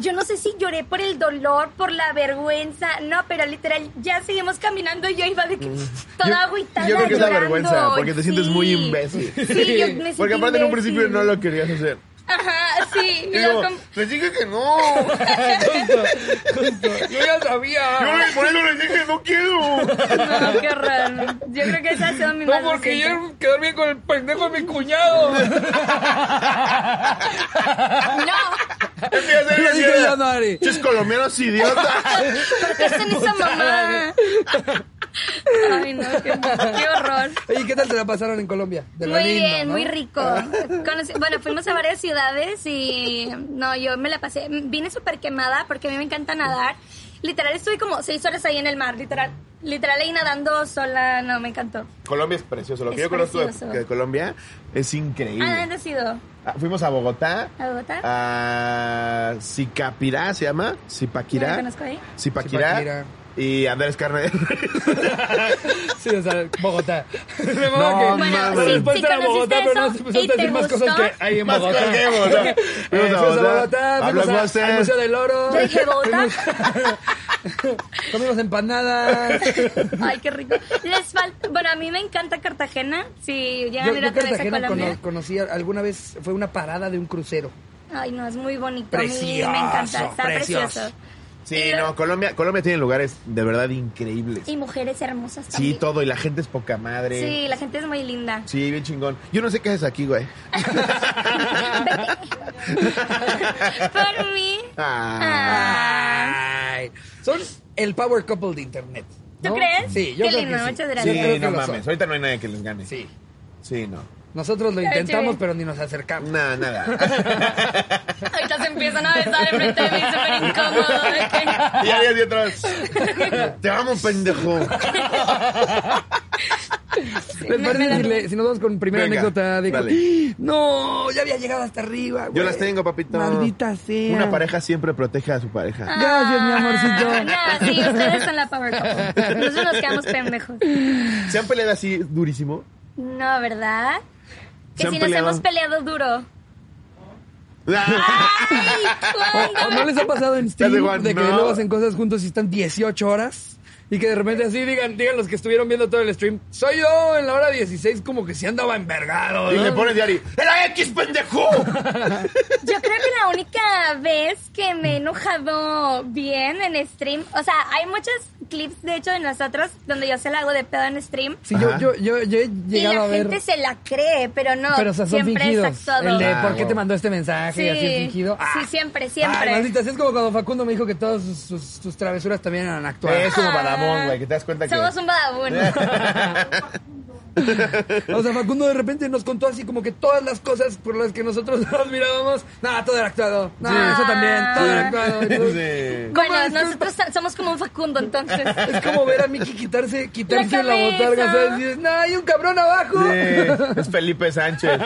C: yo no sé si lloré por el dolor, por la vergüenza. No, pero literal, ya seguimos caminando y yo iba de que toda agüitada
B: Mm. Yo creo que es la
C: llorando.
B: vergüenza, porque te sientes
C: Sí.
B: muy imbécil.
C: Sí, yo
B: Porque
C: me sentí
B: aparte en un principio
C: imbécil.
B: no lo querías hacer.
C: Ajá, sí.
B: Y
C: y yo
B: digo,
C: como-
B: les dije que no.
D: Justo, justo. Yo ya
B: Yo
D: sabía.
B: le- por eso les dije no quiero.
C: No, qué raro. Yo creo que esa ha sido mi
D: No,
C: más
D: porque
C: reciente.
D: yo quedé bien con el pendejo de mi cuñado.
C: No,
B: Es que ya sabes,
D: Lo dije
B: ya-
D: yo, no, Ari.
B: Chis colombianos idiotas.
C: porque eso no hizo mamá. Ay, no, qué, qué horror.
D: Oye, ¿qué tal te la pasaron en Colombia? De lo
C: Muy
D: lindo,
C: bien,
D: ¿no?
C: muy rico. Conocí- bueno, fuimos a varias ciudades y no, yo me la pasé. Vine súper quemada porque a mí me encanta nadar. Literal, estuve como seis horas ahí en el mar, literal. Literal, ahí nadando sola, no, me encantó.
B: Colombia es precioso. Lo que
C: Es
B: yo conozco de-
C: precioso.
B: de Colombia es
C: ¿A dónde
B: increíble.
C: has ido?
B: Ah, Fuimos a Bogotá.
C: ¿A Bogotá?
D: Ah.
B: A Sicapirá se llama.
C: No
B: Zipaquirá.
C: lo conozco ahí.
B: Zipaquirá.
D: Zipaquirá.
B: Y Andrés Carne.
D: Sí, o sea, Bogotá. Me
B: No,
D: mola
B: Bueno, mames. sí,
D: después
C: sí
D: era
C: conociste
D: Bogotá, pero no
C: eso y
D: se empezaste a decir
C: te
D: más cosas
C: gustó.
D: que hay en
B: Más
D: Bogotá.
B: cosas que hay en Bogotá.
D: Eh,
B: Fuimos a
D: fuimos a
B: Bogotá,
D: Bogotá,
B: habló
D: fuimos a-
B: José.
D: al Museo del Oro.
C: Yo dije, ¿Bogotá?
D: Fuimos- Comimos empanadas.
C: Ay, qué rico. Les falta. Bueno, a mí me encanta Cartagena. Si llegan
D: Yo,
C: a ir
D: yo
C: otra vez a
D: Cartagena
C: Colombia.
D: cono- conocí alguna vez, fue una parada de un crucero.
C: Ay, no, es muy bonito. a mí
D: Precioso,
C: me encanta. Está precioso.
D: precioso.
B: Sí, no, Colombia, Colombia tiene lugares de verdad increíbles.
C: Y mujeres hermosas
B: Sí,
C: también.
B: todo. Y la gente es poca madre.
C: Sí, la gente es muy linda.
B: Sí, bien chingón. Yo no sé qué haces aquí, güey.
C: Por mí. Ah.
D: Ay. Son el power couple de internet. ¿no?
C: ¿Tú crees?
D: Sí, yo
C: Qué
D: creo
C: lindo,
D: que sí.
C: muchas
D: Yo
C: gracias.
D: creo
B: Sí,
D: que
B: no
D: lo son.
B: mames. Ahorita no hay nadie que les gane.
D: Sí.
B: Sí, no.
D: Nosotros lo
C: Ay,
D: intentamos,
C: chévere.
D: pero ni nos acercamos.
B: Nada, nada.
C: Ahorita se empiezan a besar enfrente de mí, súper incómodo. de que-
B: Y ahí hacia atrás. Te amo, pendejo.
D: ¿Les parece si, le- si nos vamos con primera
B: Venga,
D: anécdota de
B: dale.
D: ¡Ah! No, ya había llegado hasta arriba.
B: Yo
D: güey!
B: las tengo, papito.
D: Maldita sea.
B: Una pareja siempre protege a su pareja.
D: Gracias, mi
C: Ah,
D: amorcito.
C: no, sí, ustedes son la power couple. Nosotros nos quedamos pendejos.
B: ¿Se han peleado así durísimo?
C: No, ¿verdad?
B: ¿Se
C: Que
B: han
C: si nos
B: peleado?
C: hemos peleado duro.
B: Ah,
C: ¡Ay,
D: ¿O, o no les ha pasado en Steam
B: Ya sé, Juan,
D: de que
B: no.
D: luego hacen cosas juntos y están 18 horas? Y que de repente así digan, digan los que estuvieron viendo todo el stream, soy yo en la hora 16 como que se andaba envergado.
B: Ah. Y
D: ¿no?
B: le pones de Ari, ¡Era X, pendejo!
C: Yo creo que la única vez que me he enojado bien en stream, o sea, hay muchas clips, de hecho, de nosotros, donde yo se la hago de pedo en stream.
D: Sí, yo,
B: Ajá.
D: yo, yo, yo he
C: Y
D: llegado
C: la
D: a ver.
C: gente se la cree, pero no.
D: pero o sea, son
C: siempre
D: fingidos.
C: es actuado.
D: El de
B: Ah,
D: por qué
B: huevo.
D: te mandó este mensaje y así es fingido. Ah.
C: sí, siempre, siempre.
D: Ay, maldita, sea, es como cuando Facundo me dijo que todas sus, sus- sus travesuras también eran actuales.
B: Es como Badabón, güey, que te das cuenta que.
C: Somos un badabun.
B: Eh.
D: O sea, Facundo de repente nos contó así como que todas las cosas por las que nosotros nos mirábamos, nada, todo era actuado. No, eso también, todo era actuado. Entonces,
B: Sí.
C: bueno,
D: es que-
C: nosotros somos como un Facundo, entonces.
D: Es como ver a Mickey quitarse, quitarse la,
C: La cabeza.
D: botarga, ¿sabes? Y dices, no, hay un cabrón abajo.
B: Sí, es Felipe Sánchez.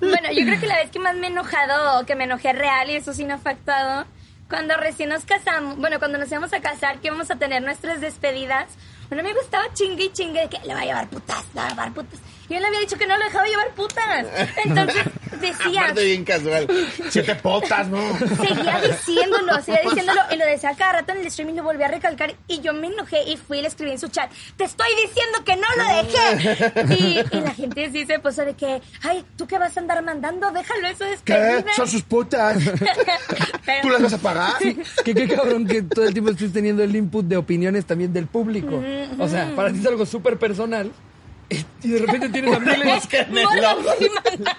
C: Bueno, yo creo que la vez que más me he enojado, o que me enojé real y eso sí no fue actuado, cuando recién nos casamos, bueno, cuando nos íbamos a casar, que íbamos a tener nuestras despedidas, un amigo estaba chingue y chingue de que le va a llevar putas, le va a llevar putas. Y yo le había dicho que no lo dejaba llevar putas. Entonces decía,
B: Aparte, bien casual. Siete potas, ¿no?
C: seguía diciéndolo, seguía diciéndolo y lo decía cada rato en el streaming, lo volví a recalcar y yo me enojé y fui y le escribí en su chat, te estoy diciendo que no lo dejé. Y, y la gente sí se puso de que, ay, ¿tú qué vas a andar mandando? Déjalo eso
B: ¿Qué?
C: despedida.
B: Son sus potas.
C: Pero-
B: ¿Tú las vas a pagar?
D: Que qué cabrón que todo el tiempo estés teniendo el input de opiniones también del público. O sea, para ti es algo súper personal y y de repente tienes a miles.
C: Morgan Freeman.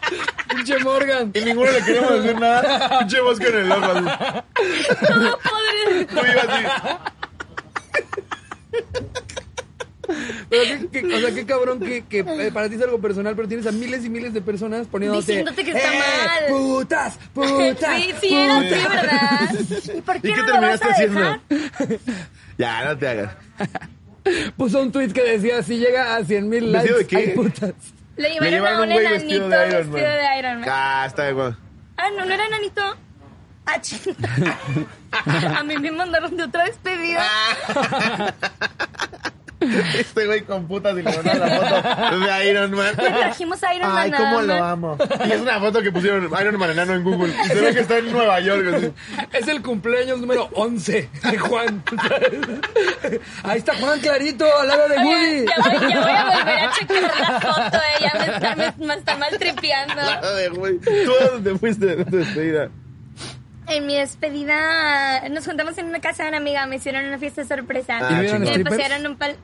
D: Pinche Morgan.
B: Y ninguno le queremos decir nada. Pinche mosca en el ojo. así.
C: Todo podrido.
B: Tú ibas así.
D: Pero qué, qué- o sea, qué cabrón que, que, eh, para ti es algo personal, pero tienes a miles y miles de personas poniéndote... "Eh,
C: Diciéndote que está mal".
D: ¡Putas! ¡Putas!
C: Sí, sí, era así,
D: putas".
C: ¿verdad? ¿Y por qué
B: ¿Y qué
C: no lo vas
B: terminaste
C: a
B: haciendo?
C: dejar?
B: Ya, no te hagas.
D: Puso un tweet que decía, si llega a 100 mil likes,
B: ¿Vestido de qué?
D: hay putas.
C: Le
B: Le
C: llevaron,
B: llevaron
C: a
B: un
C: un
B: güey vestido
C: enanito
B: de Iron Man.
C: vestido de Iron Man.
B: Ah, está de bueno.
C: Ah, no, no era enanito. Ah, chingada. A mí me mandaron de otra despedida.
B: Este güey con putas y le mandaron la foto de Iron Man.
C: Le trajimos a Iron
B: Ay,
C: Man.
B: cómo
C: nada
B: lo
C: más.
B: amo. Y es una foto que pusieron Iron Man enano en Google. Y se ve que está en Nueva York. así.
D: Es el cumpleaños número 11 de Juan. Ahí está Juan clarito, al lado de
C: Oye,
D: Woody.
C: ya voy, ya voy a volver a checar la foto, eh. Ya me está, me, me está mal tripeando.
B: Claro Ah, de güey. ¿Tú a dónde te fuiste de tu despedida?
C: En mi despedida, nos juntamos en una casa de una amiga, me hicieron una fiesta sorpresa.
B: Ah, ¿Y vieron
C: me
D: strippers?
C: pasearon un pal...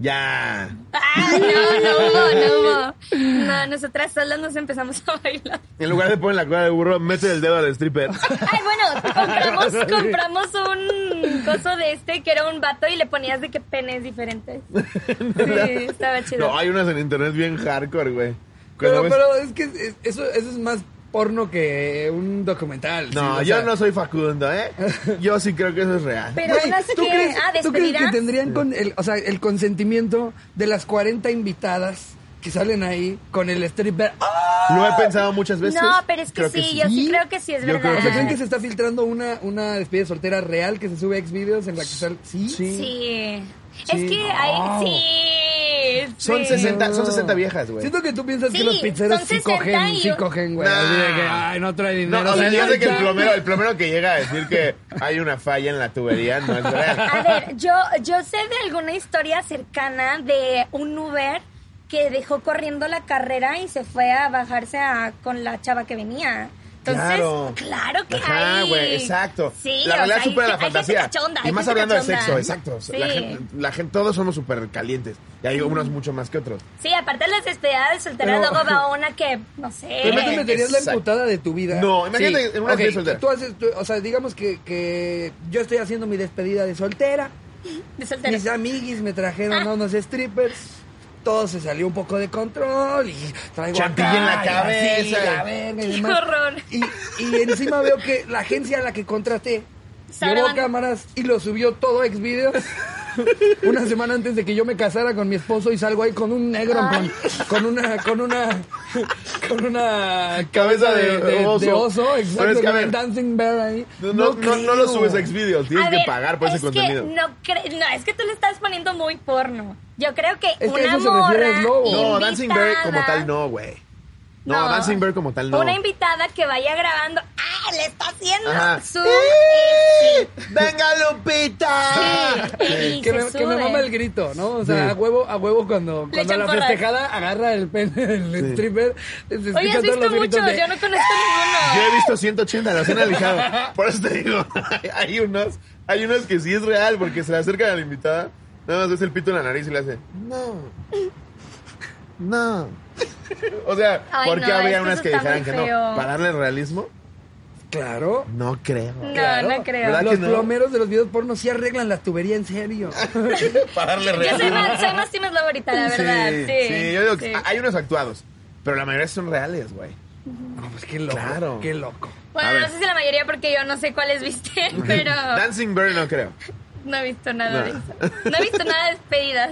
B: Ya.
C: Ah, no, no hubo, no hubo. No, nosotras solas nos empezamos a bailar.
B: En lugar de poner la cola de burro, mete el dedo al stripper.
C: Ay, bueno, compramos, compramos un coso de este que era un vato y le ponías de que penes diferentes. Sí, estaba chido.
B: No, hay unas en internet bien hardcore, güey. Cuando
D: Pero,
B: ves-
D: pero es que es- eso, eso es más porno que un documental.
B: No,
D: sí, o
B: yo
D: sea,
B: no soy Facundo, ¿eh? Yo sí creo que eso es real.
C: Pero
D: Güey,
C: aún así
D: ¿tú
C: que-
D: crees,
C: ah,
D: tú crees que
C: despedidas.
D: tendrían con el, o sea, el consentimiento de las 40 invitadas que salen ahí con el stripper? ¡Ah!
B: Lo he pensado muchas veces.
C: No, pero es
B: Creo
C: que sí, yo sí creo que sí es
B: Yo creo
D: O
C: verdad.
D: sea, ¿creen que se está filtrando una, una despedida soltera real que se sube a Xvideos en la que sale? Sí.
C: Sí.
D: Sí.
C: Es que
D: No.
C: hay. Sí.
B: Son
C: sí.
B: 60, son 60 viejas, güey.
D: Siento que tú piensas que
C: Sí,
D: los pizzeros
C: son
D: sí
C: 60
D: cogen,
C: y-
D: sí cogen, güey.
B: No.
D: Así de que, ay, no trae
B: No,
D: dinero.
B: o sea, yo sé que el
D: señorita.
B: plomero, el plomero que llega a decir que hay una falla en la tubería no es
C: A
B: real.
C: ver, yo, yo sé de alguna historia cercana de un Uber que dejó corriendo la carrera y se fue a bajarse a- con la chava que venía. Entonces,
B: Claro.
C: claro, que
B: Ajá,
C: hay.
B: güey, exacto.
C: Sí,
B: la
C: o
B: realidad
C: sea, hay
B: supera la
C: gente- hay gente
B: fantasía.
C: cachonda,
B: y
C: hay
B: más
C: gente
B: hablando de
C: cachonda.
B: sexo, exacto. La,
C: Sí.
B: gente, la gente- todos somos súper calientes. Y hay unos mucho más que otros.
C: Sí, aparte de las despedidas de solteras,
D: Pero-
C: luego va una que, no sé.
D: Pero no te meterías la
B: Exacto.
D: emputada de tu vida.
B: No, imagínate en una
D: Ok,
B: despedida soltera.
D: Tú haces, tú- o sea, digamos que, que yo estoy haciendo mi despedida de soltera.
C: De
D: Mis
C: solteras.
D: amiguis me trajeron a unos strippers. Todo se salió un poco de control y traigo
B: Chantilly en la
D: y así,
B: cabeza.
D: la verga y
C: Qué
D: demás.
C: horror.
D: Y, y encima veo que la agencia a la que contraté
C: Está
D: llevó
C: grabando.
D: cámaras y lo subió todo a Xvideos. Una semana antes de que yo me casara con mi esposo y salgo ahí con un negro con,
C: Ay.
D: con una con una con una
B: Cabeza de oso.
D: de
B: Pero es
D: exacto,
B: que, a
D: con
B: ver,
D: el dancing bear ahí.
B: No, no, no, no lo
D: creo.
B: subes a Xvideos, tienes
C: A
B: que
C: ver,
B: pagar por ese
C: es
B: contenido.
C: Que no, cre- no, es que tú le estás poniendo muy porno. Yo creo que
D: que
C: una
D: a eso se
C: morra
D: refiere el lobo.
B: No, Dancing Bear como
C: invitada-
B: tal no, güey. No, Dancing Bear como tal no.
C: Una invitada que vaya grabando. ¡Ah! ¡Le está haciendo!
B: Ajá.
C: Su.
B: ¡Eh! ¡Venga, Lupita!
C: y
D: que
C: se
D: me, que me
C: sube.
D: mama el grito, ¿no? O sea,
B: Sí.
D: a huevo, a huevo cuando, cuando
C: echan
D: la
C: porras.
D: festejada agarra el pene del stripper. se
C: Oye,
D: escuchan
C: has
D: todos
C: visto
D: los gritos
C: muchos.
D: de- ¡Ah!
C: Yo no conozco ninguno.
B: Yo he visto 180, los he analizado. Por eso te digo, hay unos Hay unos que sí es real porque se le acercan a la invitada. Nada más es el pito en la nariz y le hace.
D: No.
B: No. O sea,
C: Ay,
B: ¿por qué
C: no, es
B: habría
C: que
B: unas
C: eso
B: que
C: está
B: dijeran
C: muy
B: que no?
C: feo.
B: ¿Para darle realismo?
D: Claro.
B: No creo.
C: No,
D: claro.
C: no creo.
B: ¿Verdad
D: Los
B: que no?
D: plomeros de los videos porno sí arreglan la tubería en serio.
B: Para darle
C: Yo soy
B: realismo.
C: más, soy más team Slobberita, la verdad. Sí,
B: sí, yo digo que
C: sí.
B: hay unos actuados, pero la mayoría son reales, güey.
D: No, pues qué loco.
B: Claro.
D: Qué loco.
B: A
C: Bueno,
B: ver.
C: no sé si la mayoría porque yo no sé cuáles viste, pero
B: Dancing Bird no creo.
C: no he visto nada de
B: No.
C: eso. No he visto nada de despedidas.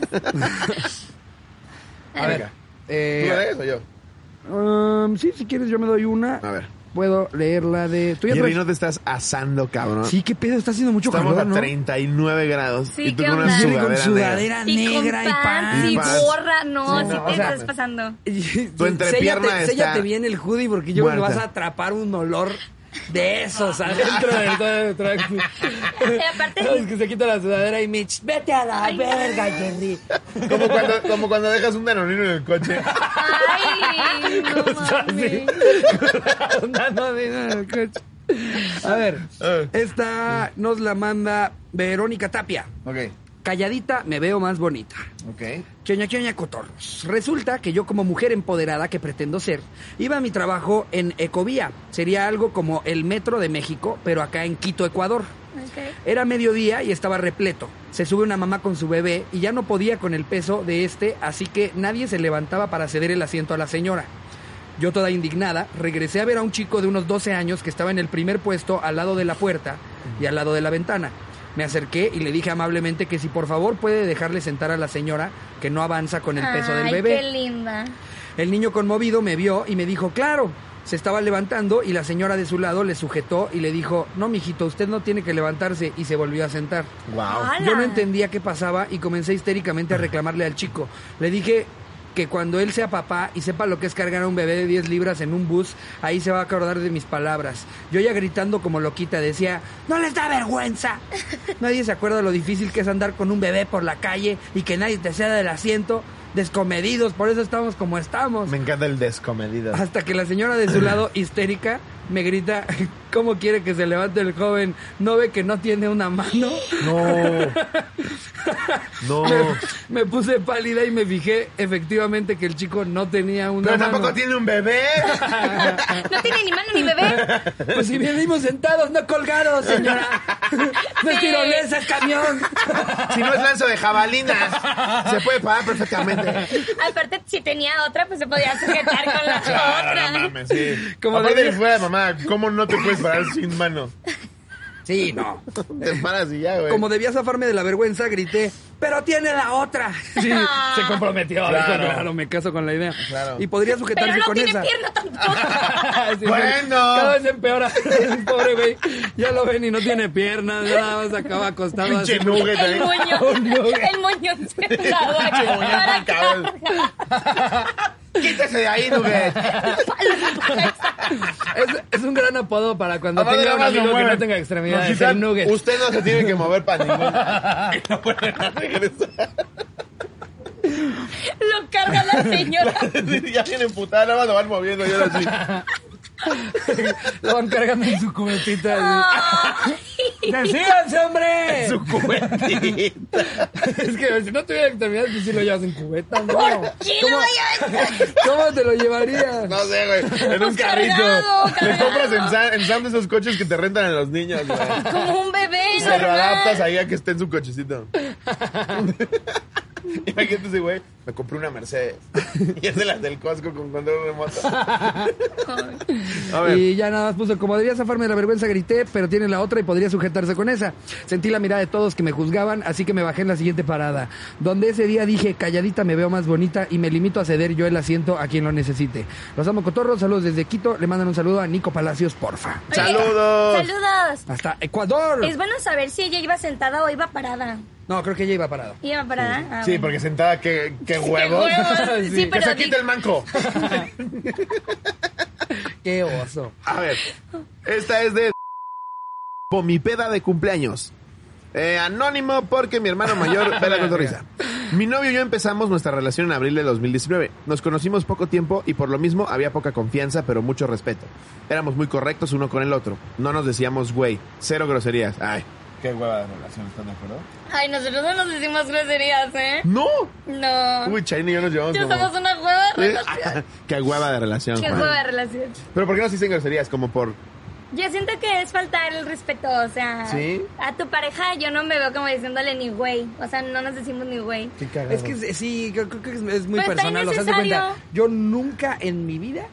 D: A ver.
B: Venga. ¿Tú la
D: Eh,
B: lees o yo?
D: um, sí, si quieres yo me doy una.
B: A ver.
D: Puedo leer la de... ¿Tú ya
B: Jerry,
D: traes-
B: no te estás asando, cabrón.
D: Sí, qué pedo, está haciendo mucho
B: Estamos
D: calor,
B: a
D: ¿no?
B: 39 grados.
C: Sí,
B: y tú
C: ¿qué
B: con una
C: onda?
D: Jerry
B: sudadera,
D: con
B: negra.
D: sudadera
C: Y con
D: negra y
C: pants y
B: pants.
C: gorra, no,
B: Sí,
C: sí
B: no,
C: te
B: o sea, pues.
C: estás pasando.
D: Tu
B: entrepierna
D: séllate,
B: está
D: séllate bien el hoodie porque yo creo que
B: muerta.
D: vas a atrapar un olor de esos adentro del del traje.
C: Y aparte-
D: Sabes que se quita la sudadera y Mitch, vete a la
C: Ay, no.
D: verga, Jerry.
B: Como cuando, como cuando dejas un danonino en el coche.
C: Ay, no mames.
D: Andando de- en el coche. A ver,
B: Eh.
D: esta nos la manda Verónica Tapia.
B: Ok,
D: Calladita me veo más bonita.
B: ok.
D: Choña choña cotorros. Resulta que yo como mujer empoderada que pretendo ser, iba a mi trabajo en Ecovía. Sería algo como el metro de México, pero acá en Quito, Ecuador.
C: Ok.
D: Era mediodía y estaba repleto. Se sube una mamá con su bebé y ya no podía con el peso de este, así que nadie se levantaba para ceder el asiento a la señora. Yo toda indignada, regresé a ver a un chico de unos 12 años que estaba en el primer puesto al lado de la puerta y al lado de la ventana. Me acerqué y le dije amablemente que si por favor puede dejarle sentar a la señora que no avanza con el peso del
C: Ay,
D: bebé.
C: qué linda.
D: El niño conmovido me vio y me dijo, claro. Se estaba levantando y la señora de su lado le sujetó y le dijo, no, mijito, usted no tiene que levantarse y se volvió a sentar.
B: Wow.
C: ¡Hala!
D: Yo no entendía qué pasaba y comencé histéricamente a reclamarle al chico. Le dije que cuando él sea papá y sepa lo que es cargar a un bebé de 10 libras en un bus, ahí se va a acordar de mis palabras. Yo ya gritando como loquita decía, no les da vergüenza. Nadie se acuerda lo difícil que es andar con un bebé por la calle y que nadie te ceda el asiento. Descomedidos, por eso estamos como estamos.
B: Me encanta el descomedido.
D: Hasta que la señora de su lado, histérica, me grita, ¿cómo quiere que se levante el joven? ¿No ve que no tiene una mano?
B: No. No.
D: Me puse pálida y me fijé efectivamente que el chico no tenía una
B: Pero
D: mano.
B: tampoco tiene un bebé.
C: No tiene ni mano ni bebé.
D: Pues si venimos sentados, no colgados, señora. No es
C: Sí.
D: tirolesa, es camión.
B: Si no es lanzo de jabalinas, se puede parar perfectamente.
C: Aparte, si tenía otra, pues se podía sujetar con la otra.
B: no mames, sí.
D: Como
B: Como Aparte
D: debía-
B: de fuera, mamá, ¿cómo no te puedes parar sin mano?
D: Sí, no.
B: Te paras y ya, güey.
D: Como debía zafarme de la vergüenza, grité, pero tiene la otra. Sí,
C: Ah,
D: se comprometió.
B: Claro.
D: Dijo, claro, me caso con la idea.
B: Claro.
D: Y podría
C: Pero
D: sujetarse
C: no
D: con
C: tiene
D: esa.
C: pierna tampoco.
D: Sí,
B: Bueno.
D: Cada vez empeora. Pobre güey. Ya lo ven y no tiene piernas. Nada más acaba acostado así.
B: Pinche nugget
C: El
B: ahí.
C: moño. El moño sentado aquí.
B: Pinche muñeco
C: Para acá.
B: cabrón. Quítese de ahí, nugget.
D: Es, es un gran apodo para cuando
B: Aparte, nada
D: tenga un
B: más lo
D: amigo que
B: mueven.
D: no tenga
B: Nos
D: extremidades.
B: quitan-
D: El nugget.
B: Usted no se tiene que mover para ningún. No puede regresar.
C: Lo carga la señora.
B: ya viene emputada, nada más lo van moviendo. Yo así.
D: Lo van cargando en su
C: Ah,
D: cubetita. ¡Decíganse, hombre!
B: Su cubetita.
D: Es que si no tuviera extremidades, pues sí lo llevas en cubeta, ¿no?
C: ¿Por qué no
D: ¿Cómo,
C: vaya a
D: cómo te lo llevarías?
B: No sé, güey. En un
C: Pues
B: carrito.
C: cargado,
B: Le
C: cargado.
B: compras en Sam, en Sam de esos coches que te rentan a los niños, güey.
C: Como un bebé.
B: Se lo
C: normal.
B: adaptas ahí a que esté en su cochecito. Imagínate ese güey. Me compré una Mercedes. Y es de las del Costco con control remoto. A ver.
D: Y ya nada más puso, como debía zafarme de la vergüenza, grité, pero tiene la otra y podría sujetarse con esa. Sentí la mirada de todos que me juzgaban, así que me bajé en la siguiente parada, donde ese día dije, calladita me veo más bonita y me limito a ceder yo el asiento a quien lo necesite. Los amo cotorros, saludos desde Quito, le mandan un saludo a Nico Palacios, porfa.
C: Oye,
B: Saludos.
C: Saludos.
D: Hasta Ecuador.
C: Es bueno saber si ella iba sentada o iba parada.
D: No, creo que ya iba parado.
C: Iba parada. Ah,
B: Sí,
C: bueno.
B: porque sentada, qué, qué huevo.
C: Qué huevos. Sí,
B: que
C: pero
B: se
C: di-
B: quita el manco.
D: Qué oso.
B: A ver, esta es de por mi peda de cumpleaños. Eh, anónimo porque mi hermano mayor ve la cotorriza. Mi novio y yo empezamos nuestra relación en abril de 2019. Nos conocimos poco tiempo y por lo mismo había poca confianza, pero mucho respeto. Éramos muy correctos uno con el otro. No nos decíamos güey, cero groserías. Ay. Qué hueva de relación, ¿están de acuerdo?
C: Ay, nosotros no nos decimos groserías, ¿eh?
B: ¡No!
C: No.
B: Uy, Chaina y yo nos llevamos
C: Yo
B: como...
C: somos una hueva de
B: ¿Eh?
C: relación.
B: Qué hueva de relación,
C: Qué
B: Juan.
C: hueva de relación.
B: Pero ¿por qué nos dicen groserías? Como por...
C: Yo siento que es faltar el respeto, o sea,
B: ¿Sí?
C: a tu pareja yo no me veo como diciéndole ni güey, o sea, no nos decimos ni güey.
B: Qué cagado.
D: Es que es- sí, creo, creo que es, es muy
C: Pero está
D: personal. O sea, haz de cuenta,
C: innecesario.
D: yo nunca en mi vida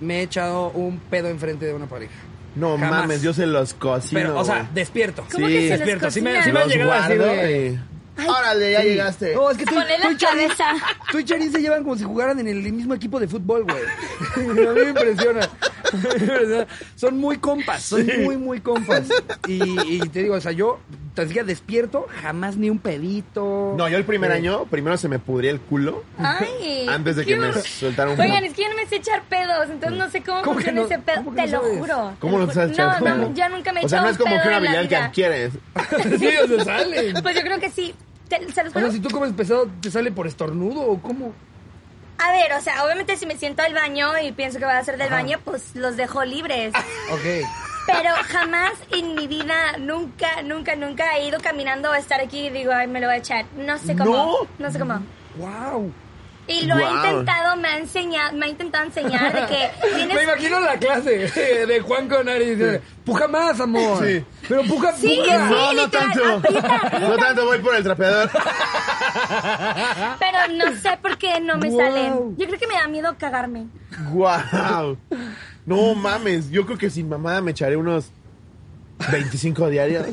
D: me he echado un pedo enfrente de una pareja.
B: No
D: Jamás.
B: mames, yo se los cocino,
D: Pero, o sea,
B: güey.
D: despierto.
C: ¿Cómo que se los
D: despierto. Sí me,
C: cocinan?
D: sí me han
B: los
D: llegado a decir,
B: guardo eh.
D: güey.
B: y- Órale, ya
D: Sí.
B: llegaste.
C: Oh.
D: No, es que tú,
C: Ponle la
D: tú y Charín,
C: cabeza.
D: tú y Charín se llevan como si jugaran en el mismo equipo de fútbol, güey. A mí me impresiona. son muy compas, son muy, muy compas. Y, y te digo, o sea, yo tan siquiera despierto, jamás ni un pedito.
B: No, yo el primer
D: Eh,
B: año, primero se me pudría el culo
C: Ay.
B: antes de que
C: qué
B: me
C: hor-
B: soltaran un
C: Oigan, es que yo no me sé echar pedos, entonces no sé cómo,
D: ¿Cómo que
C: funciona
D: no-
C: ese pedo,
D: cómo que
C: te
D: no
C: lo
D: sabes?
C: juro.
B: ¿Cómo lo
C: Te
B: sabes echar
C: No,
B: pedo?
C: no, yo nunca me he
B: O sea, no
C: echado
B: es como
C: un
B: que una
C: pedo en la
B: habilidad que
C: vida.
B: adquieres.
D: sí, o sea, sale.
C: Pues yo creo que sí. Te- se los
D: O sea,
C: juro.
D: si tú comes pesado, ¿te sale por estornudo o cómo?
C: A ver, o sea, obviamente si me siento al baño y pienso que voy a hacer del baño, pues los dejo libres.
D: Ok.
C: Pero jamás en mi vida, nunca, nunca, nunca he ido caminando a estar aquí y digo, ay, me lo voy a echar. No sé cómo. No, sé cómo.
D: ¡Wow!
C: Y lo he
B: Guau.
C: intentado, me ha enseñado, me ha intentado enseñar de que tienes
D: Me imagino la clase de Juan Conari. dice, Puja más, amor.
B: Sí.
D: Pero puja,
C: Sí,
D: puja.
C: sí.
B: No, no
C: literal, ah,
B: tanto. No tanto, voy por el trapeador.
C: Pero no sé por qué no me
D: Wow.
C: sale. Yo creo que me da miedo cagarme.
B: ¡Guau! No mames, yo creo que sin mamada me echaré unos 25 diarios.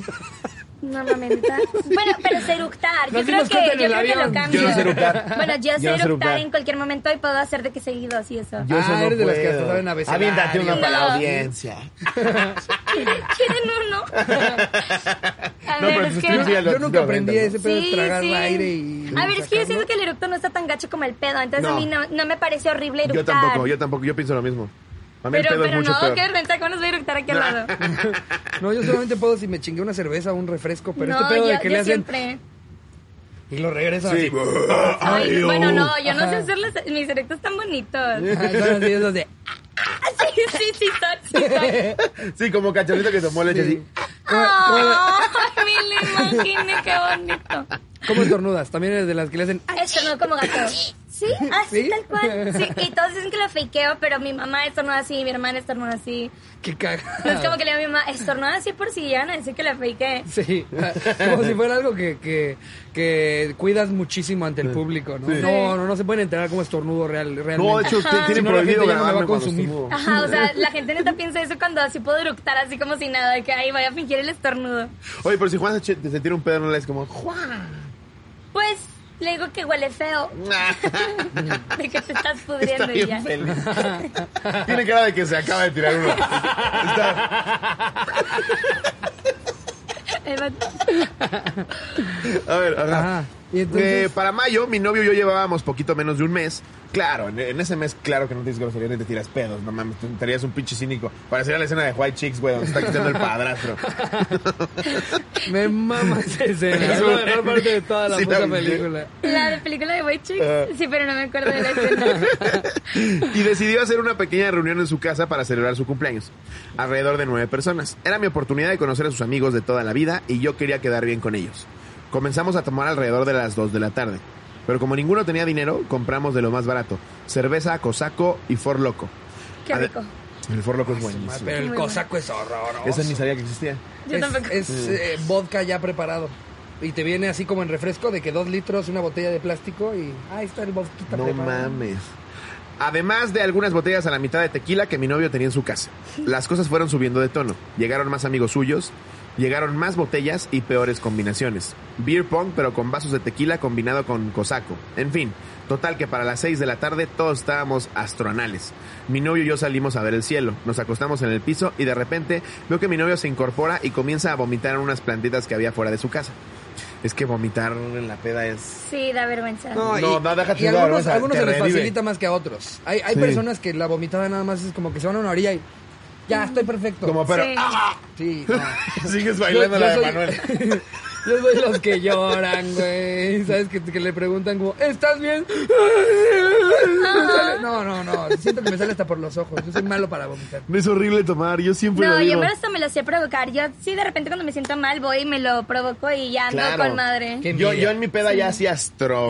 C: No mames, neta. Bueno, pero seructar. Yo
D: No, sí
C: creo
D: nos
C: que,
D: cuentan
C: yo
D: el
C: creo que
D: avión.
C: lo cambio.
B: Yo no eructar.
C: Bueno, yo
B: Yo no
C: sé eructar
B: eructar.
C: en cualquier momento y puedo hacer de que seguidos y eso.
B: Yo eso
D: Ah,
B: no
D: eres de las que
B: puedo.
D: hasta saben abecedario.
B: Aviéntate una para
C: No.
B: la audiencia.
C: ¿Quieren uno? A
B: No,
D: pues,
B: pero
C: ver, es
B: tus
C: que...
B: tips ya
D: Yo
B: lo-
D: nunca
B: lo
D: aprendí
B: avientas,
D: ese pedo de tragar aire y.
C: A ver, es que yo siento
D: sacarlo.
C: que el eructo no está tan gacho como el pedo, entonces
B: No.
C: a mí no, no me parece horrible
B: ¿no?
C: eructar.
B: Yo tampoco, yo tampoco, yo pienso lo mismo. A mí el
C: Pero,
B: pedo es
C: pero
B: mucho
C: no,
B: peor.
C: qué vergüenza, ¿cómo nos voy a eructar aquí al lado?
D: No, yo solamente puedo si me chingué una cerveza o un refresco, pero
C: no,
D: este pedo
C: yo,
D: de que
C: yo
D: le hacen.
C: siempre...
D: Y lo regresan
B: Sí.
D: así.
C: Ay,
B: Ay,
C: bueno,
B: oh.
C: no, yo no sé
D: Ajá.
C: hacer las- mis eructos tan bonitos.
D: Ah, son así, esos de.
C: Ah, sí, sí, sí, sí, sí, sí.
B: Sí, como cachorrito que tomó leche así.
C: Ay, me lo imaginé, qué bonito.
D: ¿Cómo estornudas? También eres de las que le hacen.
C: Eso no como gato. Sí, así
D: ¿Sí?
C: tal cual. Sí, y todos dicen que lo fakeo, pero mi mamá estornuda así, mi hermana estornuda así.
D: ¡Qué
C: No es como
D: caga!
C: que le digo a mi mamá, estornuda así por si llegan a decir que la fakeé.
D: Sí, como si fuera algo que, que, que cuidas muchísimo ante el público, ¿no?
B: Sí.
D: No, no, no se pueden enterar como estornudo real, realmente.
B: No, de hecho, usted tiene
D: Si no, la gente
B: prohibido
D: ya no la va
B: grabarme
D: a
B: cuando
D: consumir.
B: estuvo.
C: Ajá, o sea, la gente neta piensa eso cuando así puedo eructar así como si nada, de que ahí voy a fingir el estornudo.
B: Oye, pero si Juan se, che- se tira un pedo, no le es como, Juan.
C: Pues le digo que huele feo, de que te estás
B: ah". Está
C: pudriendo y ya.
B: bien feliz. Tiene cara de que se acaba de tirar uno. Está-
C: El vato-
B: a ver, ajá.
D: Ajá. Y entonces-
B: Eh, para mayo, mi novio y yo llevábamos poquito menos de un mes. Claro, en, en ese mes, claro que no te dices groserías ni te tiras pedos. No mames, te te harías un pinche cínico. Parecería la escena de White Chicks, güey, donde se está quitando el padrastro.
D: Me mama esa escena. Es la mejor parte de toda la
B: Sí,
D: puta
B: la-
D: película.
C: La de película de White
B: Ajá.
C: Chicks. Sí, pero no me acuerdo de la escena.
B: y decidió hacer una pequeña reunión en su casa para celebrar su cumpleaños. Alrededor de nueve personas. Era mi oportunidad de conocer a sus amigos de toda la vida y yo quería quedar bien con ellos. Comenzamos a tomar alrededor de las dos de la tarde. Pero como ninguno tenía dinero, compramos de lo más barato. Cerveza, cosaco y for loco.
C: Qué
B: Ade-
C: rico.
B: El for loco es
D: Ah,
B: buenísimo.
D: Pero el
C: Muy
D: cosaco es horroroso.
B: Ese ni sabía que existía.
C: Yo
D: es,
C: tampoco.
D: es, eh, vodka ya preparado. Y te viene así como en refresco de que dos litros, una botella de plástico y... Ah, ahí está el vodka
B: No
D: preparado.
B: mames. Además de algunas botellas a la mitad de tequila que mi novio tenía en su casa. Las cosas fueron subiendo de tono. Llegaron más amigos suyos, llegaron más botellas y peores combinaciones. Beer pong pero con vasos de tequila combinado con cosaco. En fin, total que para las 6 de la tarde todos estábamos astronales. Mi novio y yo salimos a ver el cielo, nos acostamos en el piso y de repente veo que mi novio se incorpora y comienza a vomitar en unas plantitas que había fuera de su casa. Es que vomitar en la peda es...
C: Sí, da vergüenza.
D: No,
B: No,
D: y,
B: no, déjate
D: y
B: de
D: algunos,
B: vergüenza,
D: algunos
B: te
D: se les
B: revive.
D: facilita más que a otros. Hay, hay
B: Sí.
D: personas que la vomitada nada más es como que se van a una orilla y... Ya, estoy perfecto.
B: Como pero...
C: Sí.
D: Sí, no.
B: Sigues bailando la de
D: soy-
B: Manuel.
D: yo soy los que lloran, güey. ¿Sabes? Que, que le preguntan como, ¿estás bien? No, No, no, no. Siento que me sale hasta por los ojos. Yo soy malo para vomitar.
B: No es horrible tomar, yo siempre pues lo
C: No, yo
B: digo.
C: en verdad hasta me lo hacía provocar. Yo sí, de repente cuando me siento mal voy y me lo provoco y ya ando
B: Claro.
C: con madre.
D: Qué
B: Yo,
D: envidia.
B: yo en mi peda ya así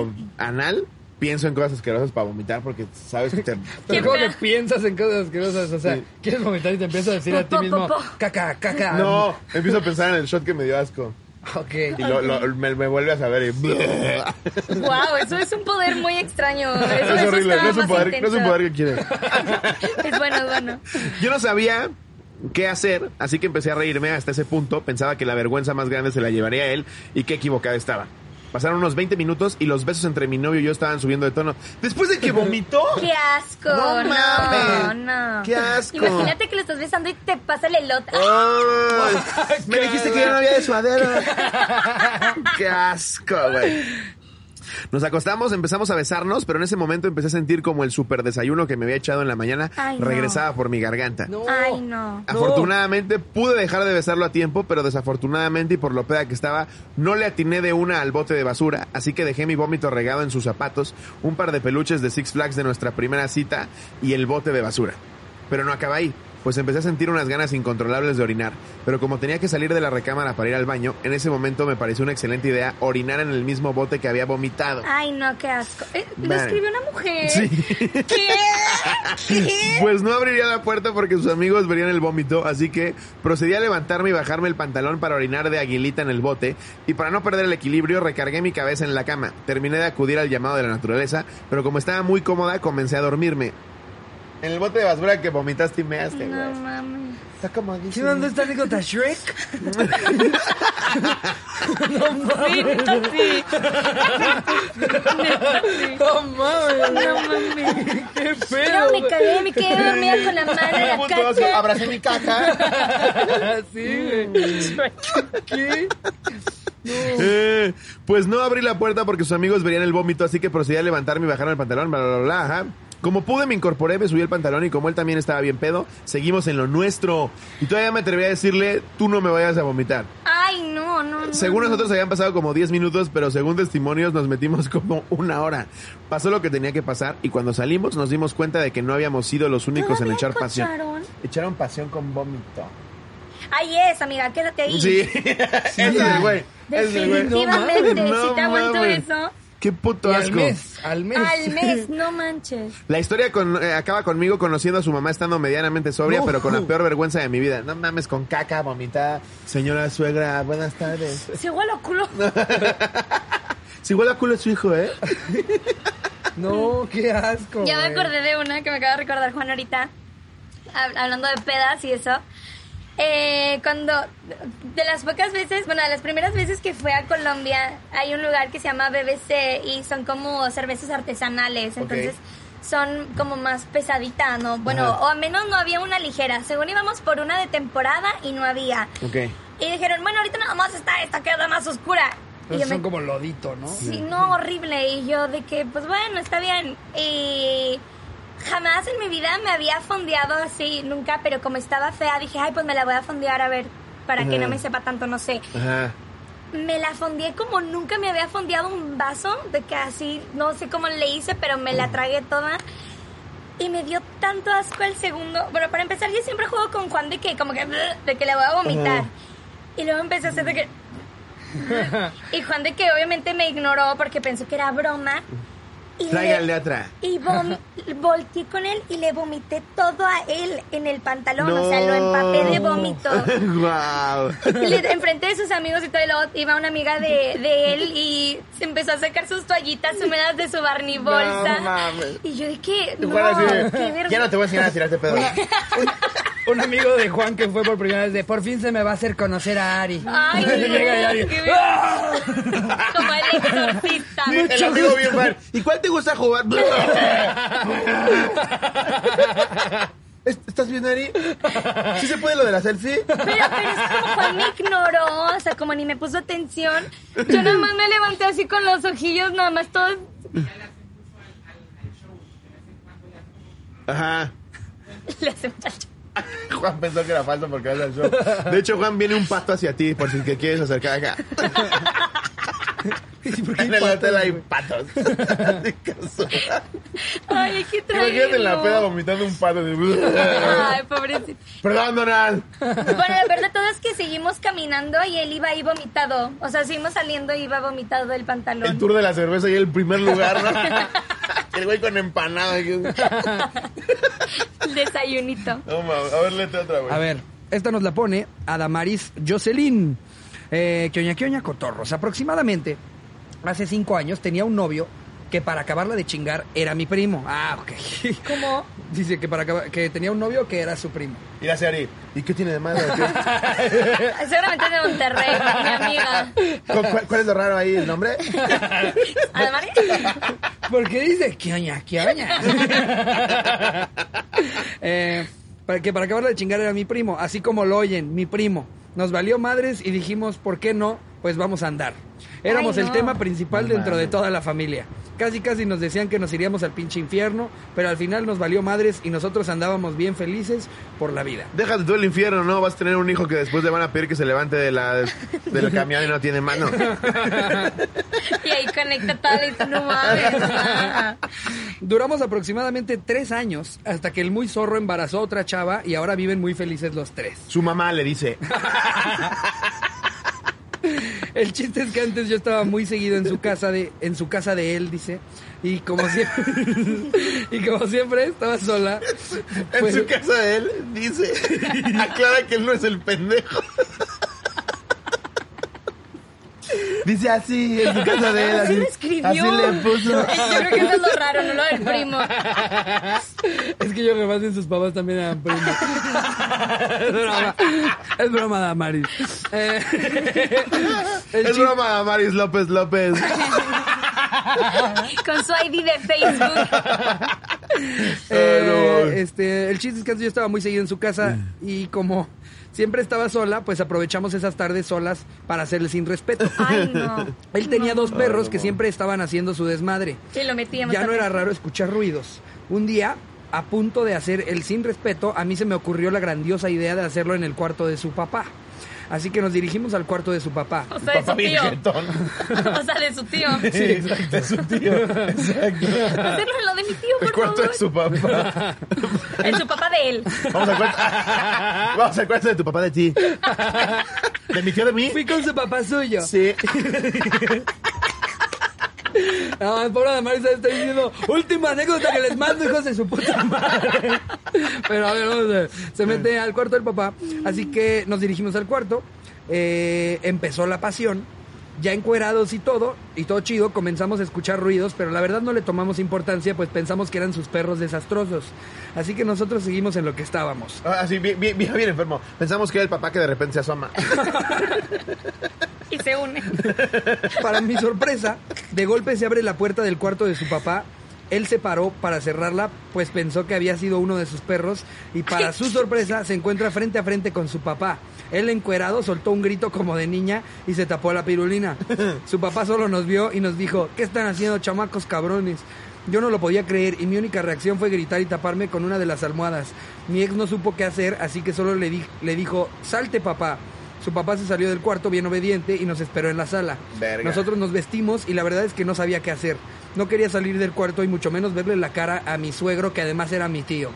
B: astroanal pienso en cosas asquerosas para vomitar porque sabes que te...
D: Pero como que
C: feo.
D: piensas en cosas asquerosas, o sea, quieres vomitar y te empiezas a decir a ti
C: Po, po,
D: mismo,
C: po.
D: caca, caca.
B: No, empiezo a pensar en el shot que me dio asco.
D: Ok.
B: Y lo- lo- me, me vuelve a saber y...
C: Wow, eso es un poder muy extraño. Eso,
B: es
C: eso
B: horrible,
C: estaba
B: no es, un
C: más
B: poder, no es un
C: intenso.
B: poder que quiere.
C: Es bueno, es bueno.
B: Yo no sabía qué hacer, así que empecé a reírme hasta ese punto. Pensaba que la vergüenza más grande se la llevaría a él y qué equivocado estaba. Pasaron unos 20 minutos y los besos entre mi novio y yo estaban subiendo de tono. Después de que vomitó.
C: Qué asco.
B: No
C: No,
B: mames.
C: no.
B: Qué asco.
C: Imagínate que lo estás besando y te pasa el elote.
B: ¡Ay! me dijiste que yo no había de suadero. ¡Qué asco, güey! Nos acostamos, empezamos a besarnos, pero en ese momento empecé a sentir como el super desayuno que me había echado en la mañana
C: Ay, no.
B: regresaba por mi garganta.
D: No.
C: Ay, no.
B: Afortunadamente pude dejar de besarlo a tiempo, pero desafortunadamente y por lo peda que estaba, no le atiné de una al bote de basura, así que dejé mi vómito regado en sus zapatos, un par de peluches de Six Flags de nuestra primera cita y el bote de basura. Pero no acaba ahí, pues empecé a sentir unas ganas incontrolables de orinar, pero como tenía que salir de la recámara para ir al baño, en ese momento me pareció una excelente idea orinar en el mismo bote que había vomitado.
C: Ay, no, qué asco. Eh, lo
B: Vale.
C: escribió una mujer.
B: Sí.
C: ¿Qué? ¿Qué?
B: Pues no abriría la puerta porque sus amigos verían el vómito, así que procedí a levantarme y bajarme el pantalón para orinar de aguilita en el bote y para no perder el equilibrio recargué mi cabeza en la cama. Terminé de acudir al llamado de la naturaleza, pero como estaba muy cómoda comencé a dormirme. En el bote de basura que vomitaste y measte,
C: No
B: güey.
C: mames.
B: Está como
D: ¿Qué
B: dice.
D: onda esta anécdota Shrek? no mames.
C: Neta, sí. Neta, sí.
D: No mames.
C: No mames.
D: Qué
C: No, me
D: feo.
C: cagué, me quedé dormida con la mano en la caca.
B: Abracé mi caca.
D: Sí,
C: Mm.
D: güey. ¿Qué?
B: Eh, pues no abrí la puerta porque sus amigos verían el vómito, así que procedí a levantarme y bajarme el pantalón, bla, bla, bla, bla, ajá. Como pude me incorporé, me subí el pantalón y como él también estaba bien pedo, seguimos en lo nuestro. Y todavía me atreví a decirle, tú no me vayas a vomitar.
C: Ay, no, no, no.
B: Según nosotros habían pasado como 10 minutos, pero según testimonios nos metimos como una hora. Pasó lo que tenía que pasar y cuando salimos nos dimos cuenta de que no habíamos sido los únicos en
C: ¿Todavía
B: echar pasión.
C: escucharon?
B: Echaron pasión con vómito.
C: Ay, es, amiga, quédate ahí.
B: Sí, es el güey. Es el güey.
C: Definitivamente,
B: No mames.
C: si te aguanto
B: No mames.
C: eso.
B: Qué
D: Y
B: puto
D: al
B: asco.
D: mes, al mes.
C: Al mes, no manches.
B: La historia con- eh, acaba conmigo conociendo a su mamá estando medianamente sobria,
D: No.
B: pero con la peor vergüenza de mi vida. No mames, con caca, vomitada. Señora suegra, buenas tardes.
C: Se huele a culo.
B: Si huele a culo es su hijo, ¿eh?
D: No, qué asco.
C: Ya me
D: güey.
C: acordé de una que me acaba de recordar Juan ahorita, hab- hablando de pedas y eso. Eh, cuando, de las pocas veces, bueno, de las primeras veces que fue a Colombia, hay un lugar que se llama BBC y son como cervezas artesanales, entonces son como más pesaditas, ¿no? Bueno,
B: Ajá.
C: o a menos no había una ligera, según íbamos por una de temporada y no había.
B: Ok.
C: Y dijeron, bueno, ahorita nada más está esta que es la más oscura. Y yo
D: Son
C: me
D: como lodito, ¿no?
C: Sí, no, horrible. Y yo de que, pues bueno, está bien. Y jamás en mi vida me había fondeado así, nunca, pero como estaba fea, dije, ay, pues me la voy a fondear a ver, para que
B: Ajá.
C: no me sepa tanto, no sé.
B: Ajá.
C: Me la fondeé como nunca me había fondeado un vaso, de que así, no sé cómo le hice, pero me la tragué toda. Y me dio tanto asco el segundo. Bueno, para empezar, yo siempre juego con Juan de que, como que, de que le voy a vomitar.
B: Ajá.
C: Y luego empecé a hacer de que. Y Juan de que obviamente me ignoró porque pensó que era broma. Y,
B: Tráiganle
C: le,
B: atrás.
C: y vom- volteé con él y le vomité todo a él en el pantalón. O sea, lo empapé de vómito.
B: Guau.
C: Le- Enfrente de sus amigos y todo, y luego iba una amiga de, de él y se empezó a sacar sus toallitas húmedas de su barni bolsa.
B: mames.
C: y yo dije,
B: Tu
C: no,
B: Juan así de,
C: qué vergüenza.
B: Ya no te voy a enseñar a tirar este pedo.
D: Un amigo de Juan que fue por primera vez de por fin se me va a hacer conocer a Ari.
C: Ay,
D: Y llega y Ari.
C: qué ver-
B: Ah.
C: Como el exorcista.
B: Sí, el amigo bien mal. ¿Y cuál te gusta jugar? ¿Est- ¿Estás bien, Ari? ¿Sí se puede lo de la selfie?
C: Pero, pero es como Juan me ignoró, o sea, como ni me puso atención. Yo nada más me levanté así con los ojillos, nada más todos.
B: Ajá.
C: Le hace muchacho.
B: Juan pensó que era falso porque vas al show. De hecho, Juan, viene un pato hacia ti por si te quieres acercar acá.
D: Sí, ¿por qué hay
B: En el hotel
D: patas,
B: hay
D: güey?
B: patos. De casual.
C: Ay, qué traído.
B: Imagínate en la peda vomitando un pato. de-
C: Ay, pobrecito.
B: Perdón, Donald.
C: Bueno, la verdad todo es que seguimos caminando y él iba ahí vomitado. O sea, seguimos saliendo y iba vomitado del
B: El
C: pantalón.
B: tour de la cerveza y el primer lugar. ¿no? El güey con empanada. que- No,
C: El desayunito.
B: mames. A ver, léete otra, güey.
D: A ver, esta nos la pone Adamaris Jocelyn. Eh, que oña, que oña, cotorros. Aproximadamente hace cinco años tenía un novio que para acabarla de chingar era mi primo. Ah, ok.
C: ¿Cómo?
D: Dice que, para acabar- que tenía un novio que era su primo.
B: Y la Ari. ¿Y qué tiene de malo? ¿Qué-
D: ¿Eh?
C: Seguramente de Monterrey, mi amiga.
B: cu- cuál, cuál es lo raro ahí? ¿El nombre?
C: Además,
D: Porque dice, ¿qué oña, qué oña? Eh, para- que para acabarla de chingar era mi primo, así como lo oyen, mi primo. Nos valió madres y dijimos, ¿por qué no? Pues vamos a andar. Éramos
C: Ay, no.
D: el tema principal
B: No
D: dentro de
B: mames.
D: toda la familia. Casi casi nos decían que nos iríamos al pinche infierno, pero al final nos valió madres y nosotros andábamos bien felices por la vida.
B: Déjate tú el infierno, ¿no? Vas a tener un hijo que después le van a pedir que se levante de la, del camión y no tiene mano.
C: y ahí conecta todo y no mames. ma.
D: Duramos aproximadamente tres años hasta que el muy zorro embarazó a otra chava y ahora viven muy felices los tres.
B: Su mamá le dice.
D: El chiste es que antes yo estaba muy seguido en su casa de, en su casa de él, dice, y como siempre, y como siempre estaba sola.
B: En
D: pues-
B: su casa de él dice. Aclara que él no es el pendejo. Dice así, en su casa de él.
C: Así lo escribió. Yo creo que eso es lo raro, no lo del primo.
D: es que yo que más en sus papás también eran primos. es broma, es broma, Damaris. Eh, el
B: Es
D: chiste-
B: broma, Maris López López.
C: Con su ID de Facebook.
D: Eh,
B: Ah, no.
D: este, el chiste es que antes yo estaba muy seguido en su casa y como siempre estaba sola, pues aprovechamos esas tardes solas para hacerle sin respeto.
C: Ay, no.
D: Él tenía dos perros que siempre estaban haciendo su desmadre.
C: Sí, lo metíamos.
D: Ya no era
C: también.
D: raro escuchar ruidos. Un día, a punto de hacer el sin respeto, a mí se me ocurrió la grandiosa idea de hacerlo en el cuarto de su papá. Así que nos dirigimos al cuarto de su papá.
C: O sea, de su tío.
B: jetón.
C: O sea, de su tío.
B: Sí, exacto, es su tío. Exacto.
C: Hacerlo en lo de mi tío,
B: El
C: por
B: cuarto
C: favor.
B: de su papá.
C: En su papá de él.
B: Vamos al cuarto. Vamos al cuarto de tu papá de ti. ¿De mi tío de mí?
D: Fui con su papá suyo.
B: Sí.
D: Ah, pobre de Marisa está diciendo, última anécdota que les mando, hijos de su puta madre. Pero a ver, vamos a ver. Se mete al cuarto del papá. Así que nos dirigimos al cuarto. Eh, empezó la pasión. Ya encuerados y todo, y todo chido, comenzamos a escuchar ruidos, pero la verdad no le tomamos importancia, pues pensamos que eran sus perros desastrosos. Así que nosotros seguimos en lo que estábamos.
B: Ah, sí, bien, bien, bien enfermo. Pensamos que era el papá que de repente se asoma.
C: Y se une.
D: Para mi sorpresa, de golpe se abre la puerta del cuarto de su papá. Él se paró para cerrarla, pues pensó que había sido uno de sus perros y para su sorpresa se encuentra frente a frente con su papá. Él encuerado soltó un grito como de niña y se tapó la pirulina. Su papá solo nos vio y nos dijo, ¿qué están haciendo chamacos cabrones? Yo no lo podía creer y mi única reacción fue gritar y taparme con una de las almohadas. Mi ex no supo qué hacer, así que solo le, di- le dijo, salte papá. Su papá se salió del cuarto bien obediente y nos esperó en la sala.
B: Verga.
D: Nosotros nos vestimos y la verdad es que no sabía qué hacer. No quería salir del cuarto y mucho menos verle la cara a mi suegro, que además era mi tío.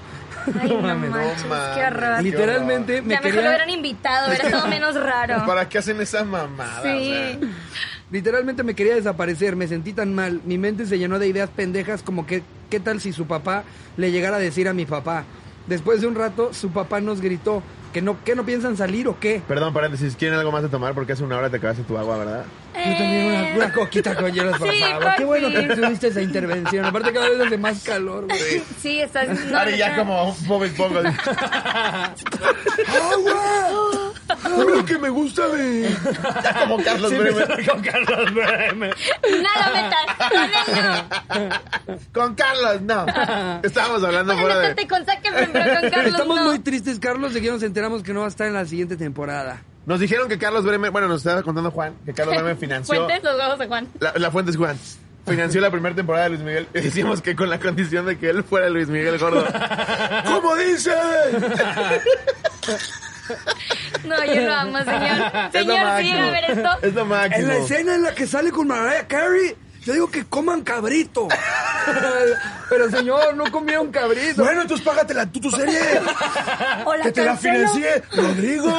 C: Ay, no manches, qué horror.
B: Qué
D: Literalmente me
C: ya mejor lo
D: quería,
C: hubieran invitado, hubiera estado menos raro.
B: ¿Para qué hacen esa mamada?
C: Sí.
D: literalmente me quería desaparecer, me sentí tan mal, mi mente se llenó de ideas pendejas como que qué tal si su papá le llegara a decir a mi papá. Después de un rato su papá nos gritó que no que no piensan salir o qué.
B: Perdón, paréntesis. ¿Quieren algo más de tomar? Porque hace una hora te acabaste tu agua, ¿verdad?
D: Yo también una, una
C: Eh,
D: coquita con hielos, por
C: Sí,
D: favor. Qué
C: papi.
D: bueno que tuviste esa intervención. Aparte cada vez hace más calor, güey.
C: Sí, estás. no,
B: Ari ya
C: neta.
B: como un poco poco.
D: ¡Agua!
B: lo que me gusta de... Ya como Carlos Bremer.
D: con Carlos Bremer.
C: No lo metas. Ábrelo.
B: Con Carlos, no. Estábamos hablando
C: No
B: fuera de...
C: meterte con Zac Efron, pero con Carlos
D: Estamos
C: no.
D: muy tristes, Carlos, de que nos enteramos que no va a estar en la siguiente temporada.
B: Nos dijeron que Carlos Bremer... Bueno, nos estaba contando Juan que Carlos Bremer financió...
C: Fuentes los huevos de Juan.
B: La, la fuente es Juan. Financió la primera temporada de Luis Miguel. Y decíamos que con la condición de que él fuera Luis Miguel gordo. ¿Cómo dice?
C: No, yo lo amo, señor.
B: Es lo
C: Señor, si
B: máximo.
C: llega a ver esto.
B: Es lo máximo.
A: En la escena en la que sale con Mariah Carey, yo digo que coman cabrito.
D: Pero señor, no comieron cabrito.
A: bueno, entonces págatela tú tu serie.
C: O la
A: que te la
C: cancelo.
A: financie, Rodrigo.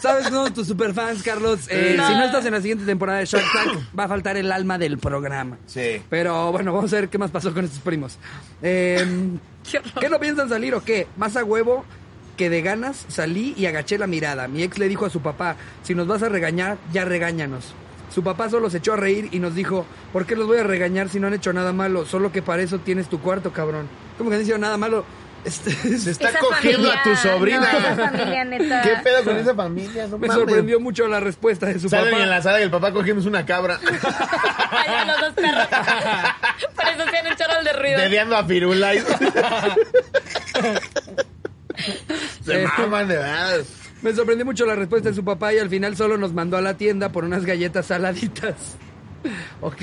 D: ¿Sabes no? Tus superfans, Carlos. eh,
C: No.
D: Si no estás en la siguiente temporada de Shark Tank, va a faltar el alma del programa.
B: Sí.
D: Pero bueno, vamos a ver qué más pasó con estos primos. Eh,
C: Qué horror.
D: ¿Qué no piensan salir o qué? Más a huevo que de ganas salí y agaché la mirada. Mi ex le dijo a su papá, si nos vas a regañar, ya regáñanos. Su papá solo se echó a reír y nos dijo, ¿por qué los voy a regañar si no han hecho nada malo? Solo que para eso tienes tu cuarto, cabrón. ¿Cómo que no hicieron nada malo? Este,
B: Se está
C: Esa
B: cogiendo
C: familia,
B: a tu sobrina.
C: no, esa familia, neta.
B: ¿Qué pedo con esa familia? No
D: me
B: mames.
D: sorprendió mucho la respuesta de su
B: Salen
D: papá.
B: en la sala y el papá cogimos una cabra.
C: Ay, los dos perros. Por eso hacían un chorro de ruido.
B: Dediando a Firula. y- Se
D: Eh.
B: maman de verdad.
D: Me sorprendió mucho la respuesta de su papá y al final solo nos mandó a la tienda por unas galletas saladitas. Ok.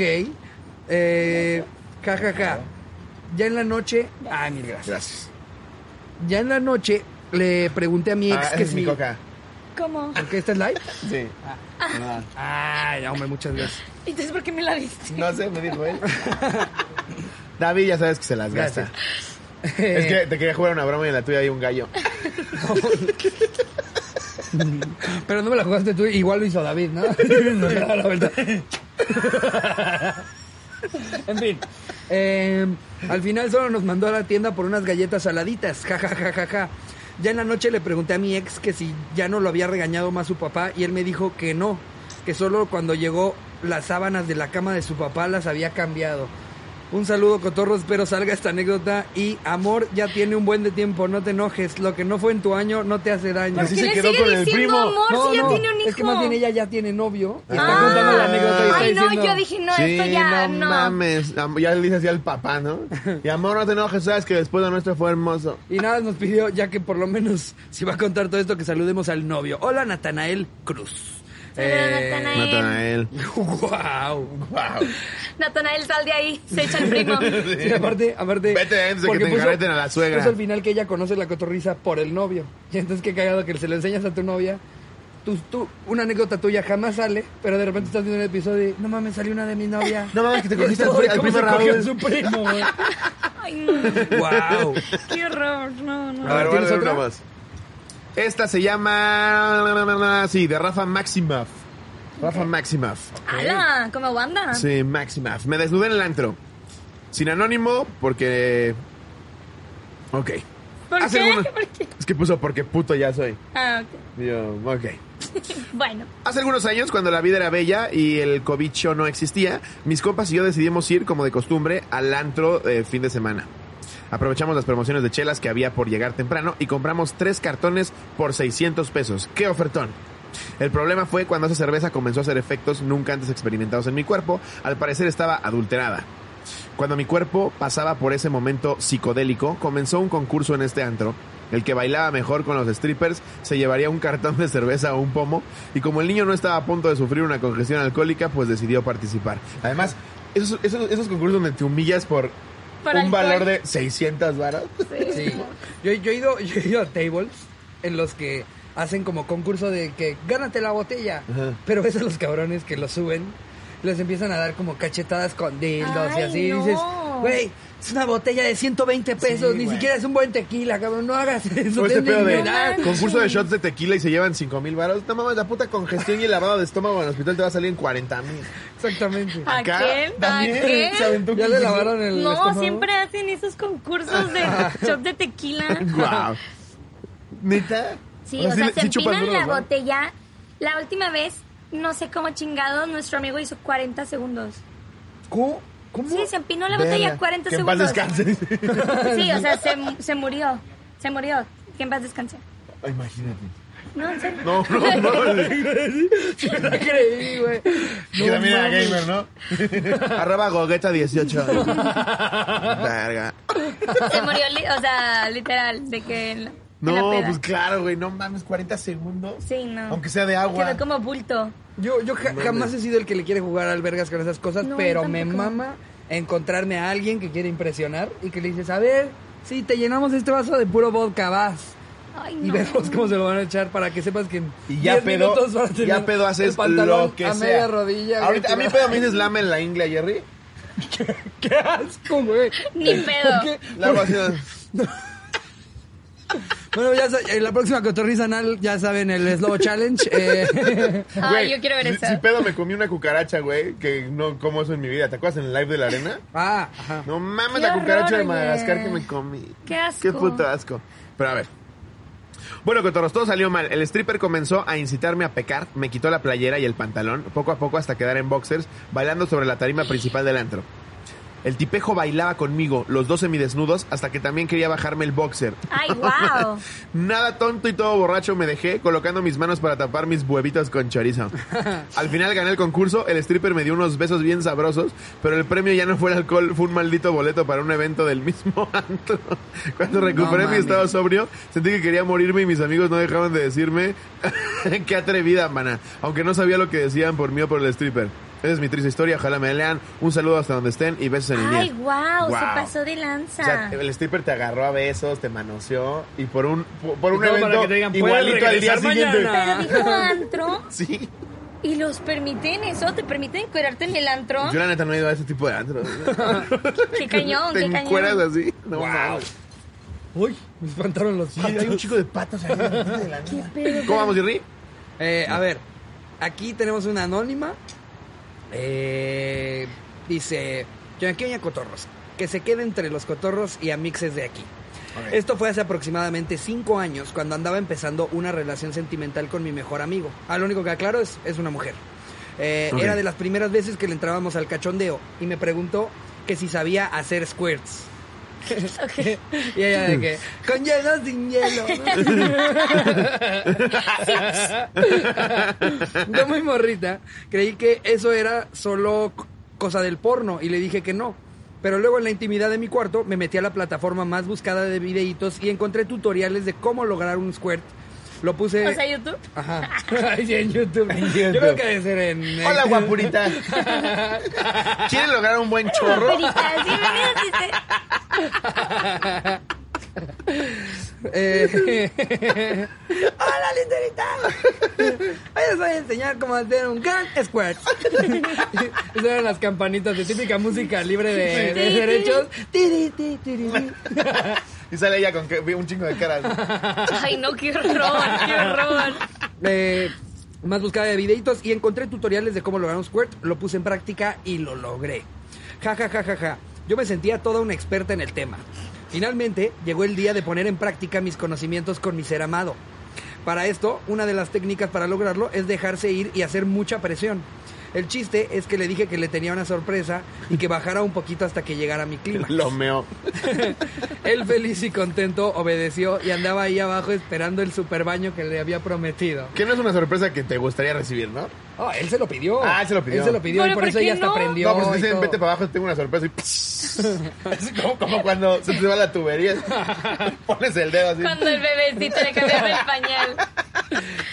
D: Eh, ja, ja, ja. Ya en la noche... Ay, mil gracias.
B: Gracias.
D: Ya en la noche le pregunté a mi ex
B: Ah,
D: que
B: es
D: si...
B: mi coca.
C: ¿Cómo?
D: ¿Por qué esta es live?
B: Sí. Ah.
D: Ay, hombre, muchas gracias.
C: Entonces, ¿por qué me la diste?
B: No sé, me dijo él. David ya sabes que se las gasta.
D: Eh,
B: Es que te quería jugar una broma y en la tuya hay un gallo.
D: Pero no me la jugaste tú, igual lo hizo David, ¿no? Nos daba la vuelta. en fin. eh, al final solo nos mandó a la tienda por unas galletas saladitas. Ja, ja, ja, ja, ja. Ya en la noche le pregunté a mi ex que si ya no lo había regañado más su papá y él me dijo que no, que solo cuando llegó las sábanas de la cama de su papá las había cambiado. Un saludo, Cotorros, espero salga esta anécdota. Y amor, ya tiene un buen de tiempo, no te enojes. Lo que no fue en tu año no te hace daño.
B: Así
C: ¿Qué
B: se
C: le
B: quedó
C: sigue
B: con el
C: diciendo
B: primo.
C: amor
D: No,
C: si ya
D: no,
C: tiene un hijo?
D: Es que más bien ella ya tiene novio. Y
C: Ah.
D: está contando la anécdota y está
C: Ay, no,
D: diciendo.
C: yo dije, no, esto ya
B: no,
C: no.
B: mames. Am- Ya le dices así al papá, ¿no? Y amor, no te enojes, sabes que después de nuestro fue hermoso.
D: Y nada, nos pidió, ya que por lo menos si va a contar todo esto, que saludemos al novio. Hola, Natanael Cruz.
C: Saluda, Natanael.
B: Natanael.
D: ¡Wow!
B: Wow.
C: Natanael, sal de ahí, se echa el primo.
D: Sí, aparte, aparte.
B: Vete antes de que
D: porque
B: te enjarreten a la suegra.
D: Puso al final que ella conoce la cotorriza por el novio. Y entonces qué cagado que se lo enseñas a tu novia. Tú, tú, una anécdota tuya jamás sale, pero de repente estás viendo un episodio y no mames, salió una de mi novia.
B: No mames, que te
D: Y
B: cogiste al
D: todo,
B: pri- al
D: ¿cómo
B: primo
D: se cogió
B: Raúl?
D: a su primo, güey?
C: Ay, no,
D: ¡Wow!
C: qué horror, no, no.
B: A ver, voy a
D: ¿Tienes
B: leer
D: otra?
B: una más. Esta se llama. Sí, de Rafa Maximoff. Rafa Maximoff.
C: ¡Hala! Como Wanda.
B: Sí, Maximoff. Me desnudé en el antro. Sin anónimo, porque. Ok.
C: ¿Por
B: Hace
C: qué?
B: algunos-
C: ¿Por qué?
B: Es que puso porque puto ya soy.
C: Ah, ok.
B: Y Yo, ok.
C: Bueno,
B: Hace algunos años, cuando la vida era bella y el cobicho no existía, mis compas y yo decidimos ir, como de costumbre, al antro eh, fin de semana. Aprovechamos las promociones de chelas que había por llegar temprano y compramos tres cartones por 600 pesos. ¡Qué ofertón! El problema fue cuando esa cerveza comenzó a hacer efectos nunca antes experimentados en mi cuerpo. Al parecer estaba adulterada. Cuando mi cuerpo pasaba por ese momento psicodélico, comenzó un concurso en este antro. El que bailaba mejor con los strippers se llevaría un cartón de cerveza o un pomo. Y como el niño no estaba a punto de sufrir una congestión alcohólica, pues decidió participar. Además, esos, esos, esos concursos donde te humillas por
C: Por
B: un
C: alcohol.
B: valor de 600 varas.
C: pues,
D: Sí. Yo, yo, he ido, yo he ido a tables en los que hacen como concurso de que gánate la botella.
B: Ajá.
D: Pero ves a los cabrones que lo suben, les empiezan a dar como cachetadas con dildos y
C: Ay,
D: así.
C: no.
D: dices, güey, es una botella de 120 pesos, ni siquiera es un buen tequila, cabrón, no hagas eso.
B: O este
D: ten
B: pedo de
D: dignidad".
B: concurso de shots de tequila y se llevan 5 mil varos. No mames, la puta congestión y el lavado de estómago en el hospital te va a salir en 40 mil.
D: Exactamente.
C: ¿a
B: Acá
C: qué? ¿A
B: también se
C: qué?
B: aventó un
D: ¿Ya le
B: concurso.
D: lavaron el
C: No,
D: estómago?
C: siempre hacen esos concursos de shot de tequila.
B: Wow. ¿Neta?
C: Sí, o sea,
B: le-
C: se
B: chupan
C: empinan
B: duro,
C: la
B: ¿no?
C: botella. La última vez, no sé cómo chingados, nuestro amigo hizo 40 segundos.
D: ¿Cómo? ¿Cómo?
C: Sí, se empinó la
B: Verga.
C: botella 40
B: que en paz
C: segundos.
B: descanse.
C: sí, o sea, se, se murió. Se murió. Que en paz descanse.
B: Imagínate.
C: No, en serio.
B: No, no, no.
D: No creí, güey.
B: Que
D: No
B: también era
D: mames.
B: gamer, ¿no? Arroba gogueta 18. Verga.
C: Se murió, li- o sea, literal, de que en la, en la
B: No,
C: peda.
B: pues claro, güey. No mames, 40 segundos.
C: Sí, no.
B: Aunque sea de agua.
C: Quedó como bulto.
D: Yo, yo ja- jamás he sido el que le quiere jugar al vergas con esas cosas,
C: No,
D: pero
C: yo
D: me
C: tampoco.
D: mama encontrarme a alguien que quiere impresionar y que le dices, a ver, sí, te llenamos este vaso de puro vodka, vas.
C: Ay,
D: y
C: no.
D: verlos cómo se lo van a echar para que sepas que en
B: Y ya
D: 10
B: pedo,
D: minutos van a tener
B: ya pedo
D: el
B: haces
D: pantalón
B: lo que
D: a
B: sea.
D: media rodilla. güey,
B: Ahorita, a mí
D: tirado.
B: pedo me dices lame en la ingle, Jerry.
D: ¡Qué asco, güey!
C: Ni pedo.
D: ¿Por qué?
B: La hago así.
D: Bueno, ya sa- en la próxima cotorriza anal, ya saben, el Slow Challenge. eh,
C: Ay, yo quiero ver
B: si-
C: eso.
B: Si pedo me comí una cucaracha, güey, que no como eso en mi vida. ¿Te acuerdas en el live de la arena?
D: ah, ajá.
B: No mames,
C: Qué
B: la
C: horror,
B: cucaracha de
C: oye.
B: Madagascar que me comí.
C: Qué asco.
B: Qué puto asco. Pero a ver. Bueno, Cotorros, todo salió mal. El stripper comenzó a incitarme a pecar, me quitó la playera y el pantalón, poco a poco hasta quedar en boxers, bailando sobre la tarima principal del antro. El tipejo bailaba conmigo, los dos semidesnudos, hasta que también quería bajarme el boxer.
C: Ay, wow.
B: Nada tonto y todo borracho me dejé, colocando mis manos para tapar mis huevitos con chorizo. Al final gané el concurso, el stripper me dio unos besos bien sabrosos, pero el premio ya no fue el alcohol, fue un maldito boleto para un evento del mismo antro. Cuando recuperé mi
D: mames.
B: estado sobrio, sentí que quería morirme y mis amigos no dejaban de decirme qué atrevida, mana, aunque no sabía lo que decían por mí o por el stripper. Esa es mi triste historia, ojalá me lean. Un saludo hasta donde estén y besos en el
C: Ay,
B: nieve.
C: wow, se
B: Guau.
C: pasó de lanza.
B: O sea, el stripper te agarró a besos, te manoseó y por un por- por
D: Y
B: un
D: todo para
B: evento
D: que te digan, "Puedes
B: igualito al día
D: regresar
B: siguiente.
D: mañana".
C: Pero dijo antro
B: Sí.
C: y los permiten eso, te permiten encuerarte en el antro.
B: Yo la neta no he ido a ese tipo de antros.
C: Qué cañón,
B: ¿Te
C: qué
B: encueras
C: cañón.
B: así? No, no.
D: Uy, me espantaron los
B: Sí, hay un
D: patos.
B: chico de patas ahí. de la
C: Qué
B: nada.
C: pedo.
B: ¿Cómo vamos, Jerry?
D: Eh, a ver, aquí tenemos una anónima. Eh, dice, yo aquí hay cotorros. Que se quede entre los cotorros y amixes de aquí. Esto fue hace aproximadamente cinco años cuando andaba empezando una relación sentimental con mi mejor amigo. Ah, lo único que aclaro es, es una mujer. Eh,
B: Ok.
D: Era de las primeras veces que le entrábamos al cachondeo y me preguntó que si sabía hacer squirts. y ella de que, con hielo, sin hielo. Yo muy morrita, creí que eso era solo c- cosa del porno y le dije que no. Pero luego en la intimidad de mi cuarto me metí a la plataforma más buscada de videitos y encontré tutoriales de cómo lograr un squirt. Lo puse...
C: O sea, YouTube.
D: Ajá. Ahí sí, en YouTube.
B: YouTube.
D: Yo creo que debe ser en... en-
B: Hola, guapurita. ¿Quieren lograr un buen chorro?
C: Paperita, Ah, sí, bienvenidos, dice.
D: Eh, Hola, literita. Hoy les voy a enseñar cómo hacer un gran squirt. Esas eran las campanitas de típica música libre de,
C: Sí,
D: de
C: sí.
D: derechos. Tiri, ti, tiri, ti.
B: Y sale ella con que, un chingo de caras.
C: Ay, no, qué horror, qué horror.
D: Eh, más buscada de videitos y encontré tutoriales de cómo lograr un squirt, lo puse en práctica y lo logré. Ja, ja, ja, ja, ja. Yo me sentía toda una experta en el tema. Finalmente llegó el día de poner en práctica mis conocimientos con mi ser amado. Para esto, una de las técnicas para lograrlo es dejarse ir y hacer mucha presión. El chiste es que le dije que le tenía una sorpresa y que bajara un poquito hasta que llegara mi clima.
B: Lo meo.
D: Él feliz y contento obedeció y andaba ahí abajo esperando el superbaño que le había prometido.
B: Que no es una sorpresa que te gustaría recibir, ¿no?
D: Ah, él se lo pidió.
B: Ah, él se lo pidió.
D: Él se lo pidió y
C: Pero,
D: por
C: ¿por
D: eso
C: qué
D: ella hasta
C: no?
D: aprendió.
B: No, pues
D: y
B: dicen,
D: todo.
B: vete para abajo, tengo una sorpresa y... Es como, como cuando se te va la tubería. Pones el dedo así.
C: Cuando el bebecito le cambiaba el pañal.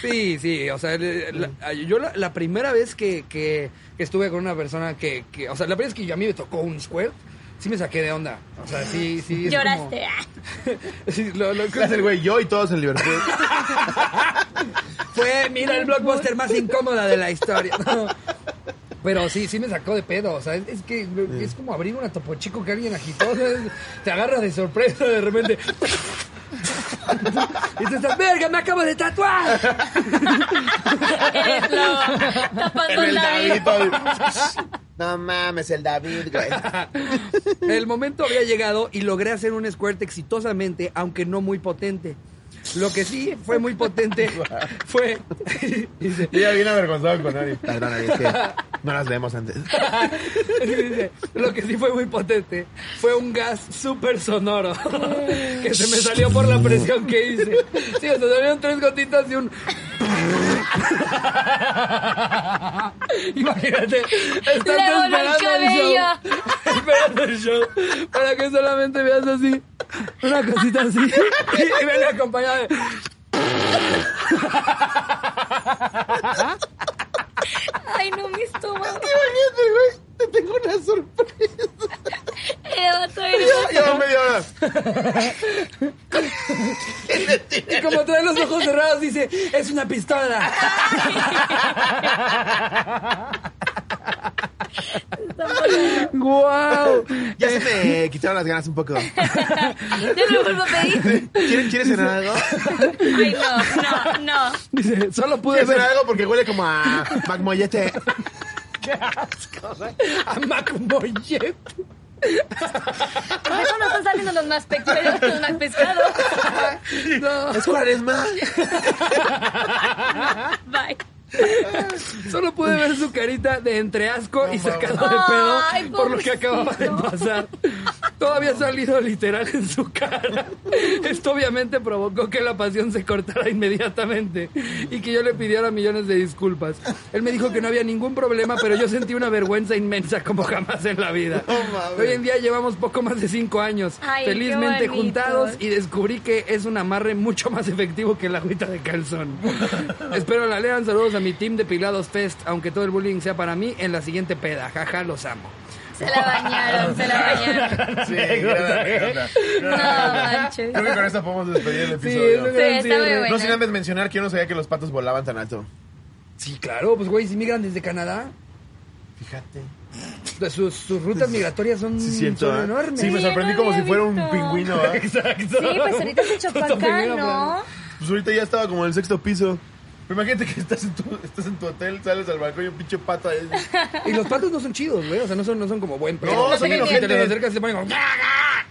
D: Sí, sí, o sea, le- la- yo la, la primera vez que, que- que estuve con una persona que, que- o sea, la primera vez que a mí me tocó un squirt, sí me saqué de onda. O sea, sí, sí. es
C: Lloraste.
D: como- sí, lo- lo-
B: Le hace el güey, yo y todos en Liverpool.
D: Fue, mira, el blockbuster más incómoda de la historia. No. Pero sí, sí me sacó de pedo. O sea, es, es que es como abrir una topo chico que alguien agitó. o sea, es- te agarra de sorpresa de repente. Y tú estás, verga, me acabo de tatuar.
C: "Ah, Eres lo tapando el labio.
B: No mames, el David, güey.
D: El momento había llegado y logré hacer un squirt exitosamente, aunque no muy potente. Lo que sí fue muy potente fue. dice,
B: Y ya viene avergonzado con Ari. Perdón, Ari, es que no las vemos antes.
D: Dice, lo que sí fue muy potente fue un gas súper sonoro que se me salió por la presión que hice. Sí, o sea, salieron tres gotitas y un... Imagínate,
C: Le
D: estás
C: voló el
D: esperando el,
C: cabello.
D: show, esperando el show para que solamente veas así, una cosita así y, y viene acompañada de...
C: Ay, no, mi estómago.
B: Imagínate, güey, te tengo una sorpresa. Ah,
C: Eh, vato, eres-
B: Llevo media hora.
D: Y como trae los ojos cerrados, dice, es una pistola. ¡Guau!
B: Ya se me quitaron las ganas un poco.
C: Yo lo vuelvo a pedir.
B: ¿Quieres, quieres cenar algo?
C: Ay, no, no, no.
D: Dice, solo pude
B: ¿Quieres
D: ver
B: cenar algo? Porque huele como a magmollete.
D: a Macmoyet.
C: Por eso no están saliendo los más pescados. Los más pescados.
D: No,
B: Es cuaresma.
C: Bye.
D: solo pude ver su carita de entre asco y sacado de
C: mames.
D: pedo
C: Ay,
D: por lo que acababa de
C: pobrecito.
D: pasar. Todo había salido literal en su cara. Esto obviamente provocó que la pasión se cortara inmediatamente y que yo le pidiera millones de disculpas. Él me dijo que no había ningún problema, pero yo sentí una vergüenza inmensa como jamás en la vida.
B: mames.
D: Hoy en día llevamos poco más de cinco años,
C: Ay, qué
D: felizmente
C: bonito.
D: juntados y descubrí que es un amarre mucho más efectivo que la agüita de calzón. Espero la lean. Saludos a mi team de Pilados Fest, aunque todo el bullying sea para mí, en la siguiente peda. Jaja, los amo.
C: Se la bañaron, se la bañaron.
B: Sí, gran
C: No manches.
B: Creo que con esto podemos despedir el
D: Sí, es
B: episodio.
D: un gran
C: Sí, está muy
D: cierre.
C: bueno.
B: No sin antes mencionar que yo no sabía que los patos volaban tan alto.
D: Sí, claro, pues güey, si migran desde Canadá, pues,
B: Fíjate.
D: sus, sus rutas migratorias son,
B: Sí, siento.
D: son
B: ¿eh?
D: enormes.
B: Sí, me
C: Sí,
B: sorprendí
C: no
B: como
C: había
B: si fuera un
C: visto.
B: pingüino. ¿eh?
D: Exacto.
C: Sí, pues ahorita se echó para acá,
D: Mira,
C: ¿no?
B: Pues ahorita ya estaba como en el sexto piso. Pero imagínate que estás en tu, estás en tu hotel, sales al balcón y un pinche pato ahí.
D: Y los patos no son chidos, güey, o sea, no son, no son como buen pedo.
B: No,
D: O sea,
C: son
D: que si te
B: inocentes.
D: les acercas se ponen como... "Ah".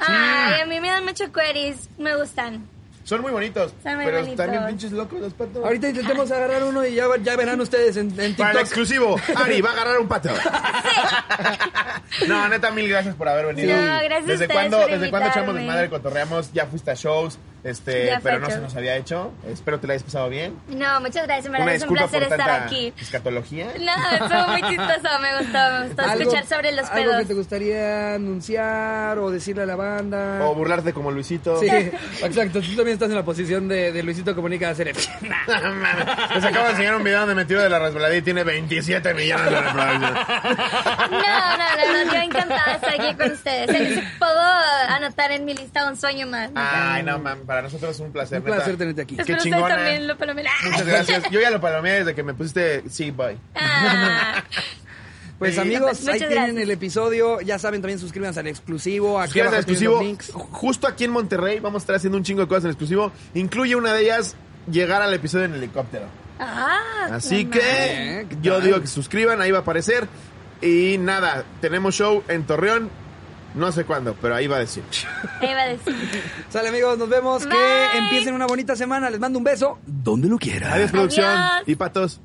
C: Ay, a mí me dan mucho queries. Me gustan.
B: Son muy bonitos.
C: Son muy
B: pero
C: bonitos.
B: están bien pinches locos los patos.
D: Ahorita intentemos agarrar uno y ya, ya verán ustedes en, en
B: Para el
D: TikTok.
B: exclusivo, Ari va a agarrar un pato. No, neta, mil gracias por haber venido.
C: No, gracias a
B: desde
C: ustedes
B: cuando,
C: por
B: desde cuando echamos
C: invitarme.
B: desmadre, cotorreamos, ya fuiste a shows, este,
C: Ya fue
B: pero
C: a
B: no se
C: shows.
B: nos había hecho. Espero te la hayas pasado bien.
C: No, muchas gracias. En
B: Una
C: verdad es un
B: disculpa
C: placer
B: por
C: estar
B: tanta
C: aquí.
B: escatología.
C: No, estuvo muy chistoso. Me gustó, me gustó
D: Algo-
C: escuchar sobre los
D: Algo que te
C: pedos.
D: gustaría anunciar o decirle a la banda.
B: O burlarte como Luisito.
D: Sí, exacto. Tú también estás en la posición de, de Luisito Comunica hacer el-
B: Les acabo de enseñar un video donde me tiro de la resbaladilla y tiene 27 millones de reproducciones.
C: No, no, no, no. Yo encantada de estar aquí con ustedes. En eso Puedo anotar en mi lista un sueño más.
B: Ay, no, man, para nosotros es un placer.
D: Un placer
B: neta.
D: tenerte aquí.
B: qué
C: Espero ustedes
B: chingona.
C: también lo palomen.
B: Muchas gracias. Yo ya lo palomeé desde que me pusiste sí, bye.
C: Ah,
D: Pues
B: Sí.
D: amigos,
C: Muchas
D: ahí tienen
C: gracias.
D: el episodio. Ya saben, también suscríbanse al exclusivo. Aquí
B: Suscríbanse
D: abajo
B: al
D: tienen
B: exclusivo.
D: los links.
B: Justo aquí en Monterrey vamos a estar haciendo un chingo de cosas en exclusivo. Incluye una de ellas llegar al episodio en helicóptero.
C: ah,
B: Así
C: qué
B: que
D: ¿Qué
B: yo
D: tal?
B: digo que suscriban, ahí va a aparecer. Y nada, tenemos show en Torreón. No sé cuándo, pero ahí va a decir.
C: mal. Ahí va a decir.
D: Sale amigos, nos vemos.
C: Bye.
D: Que empiecen una bonita semana. Les mando un beso.
A: Donde lo quiera.
B: Adiós, producción.
C: Adiós.
B: Y patos.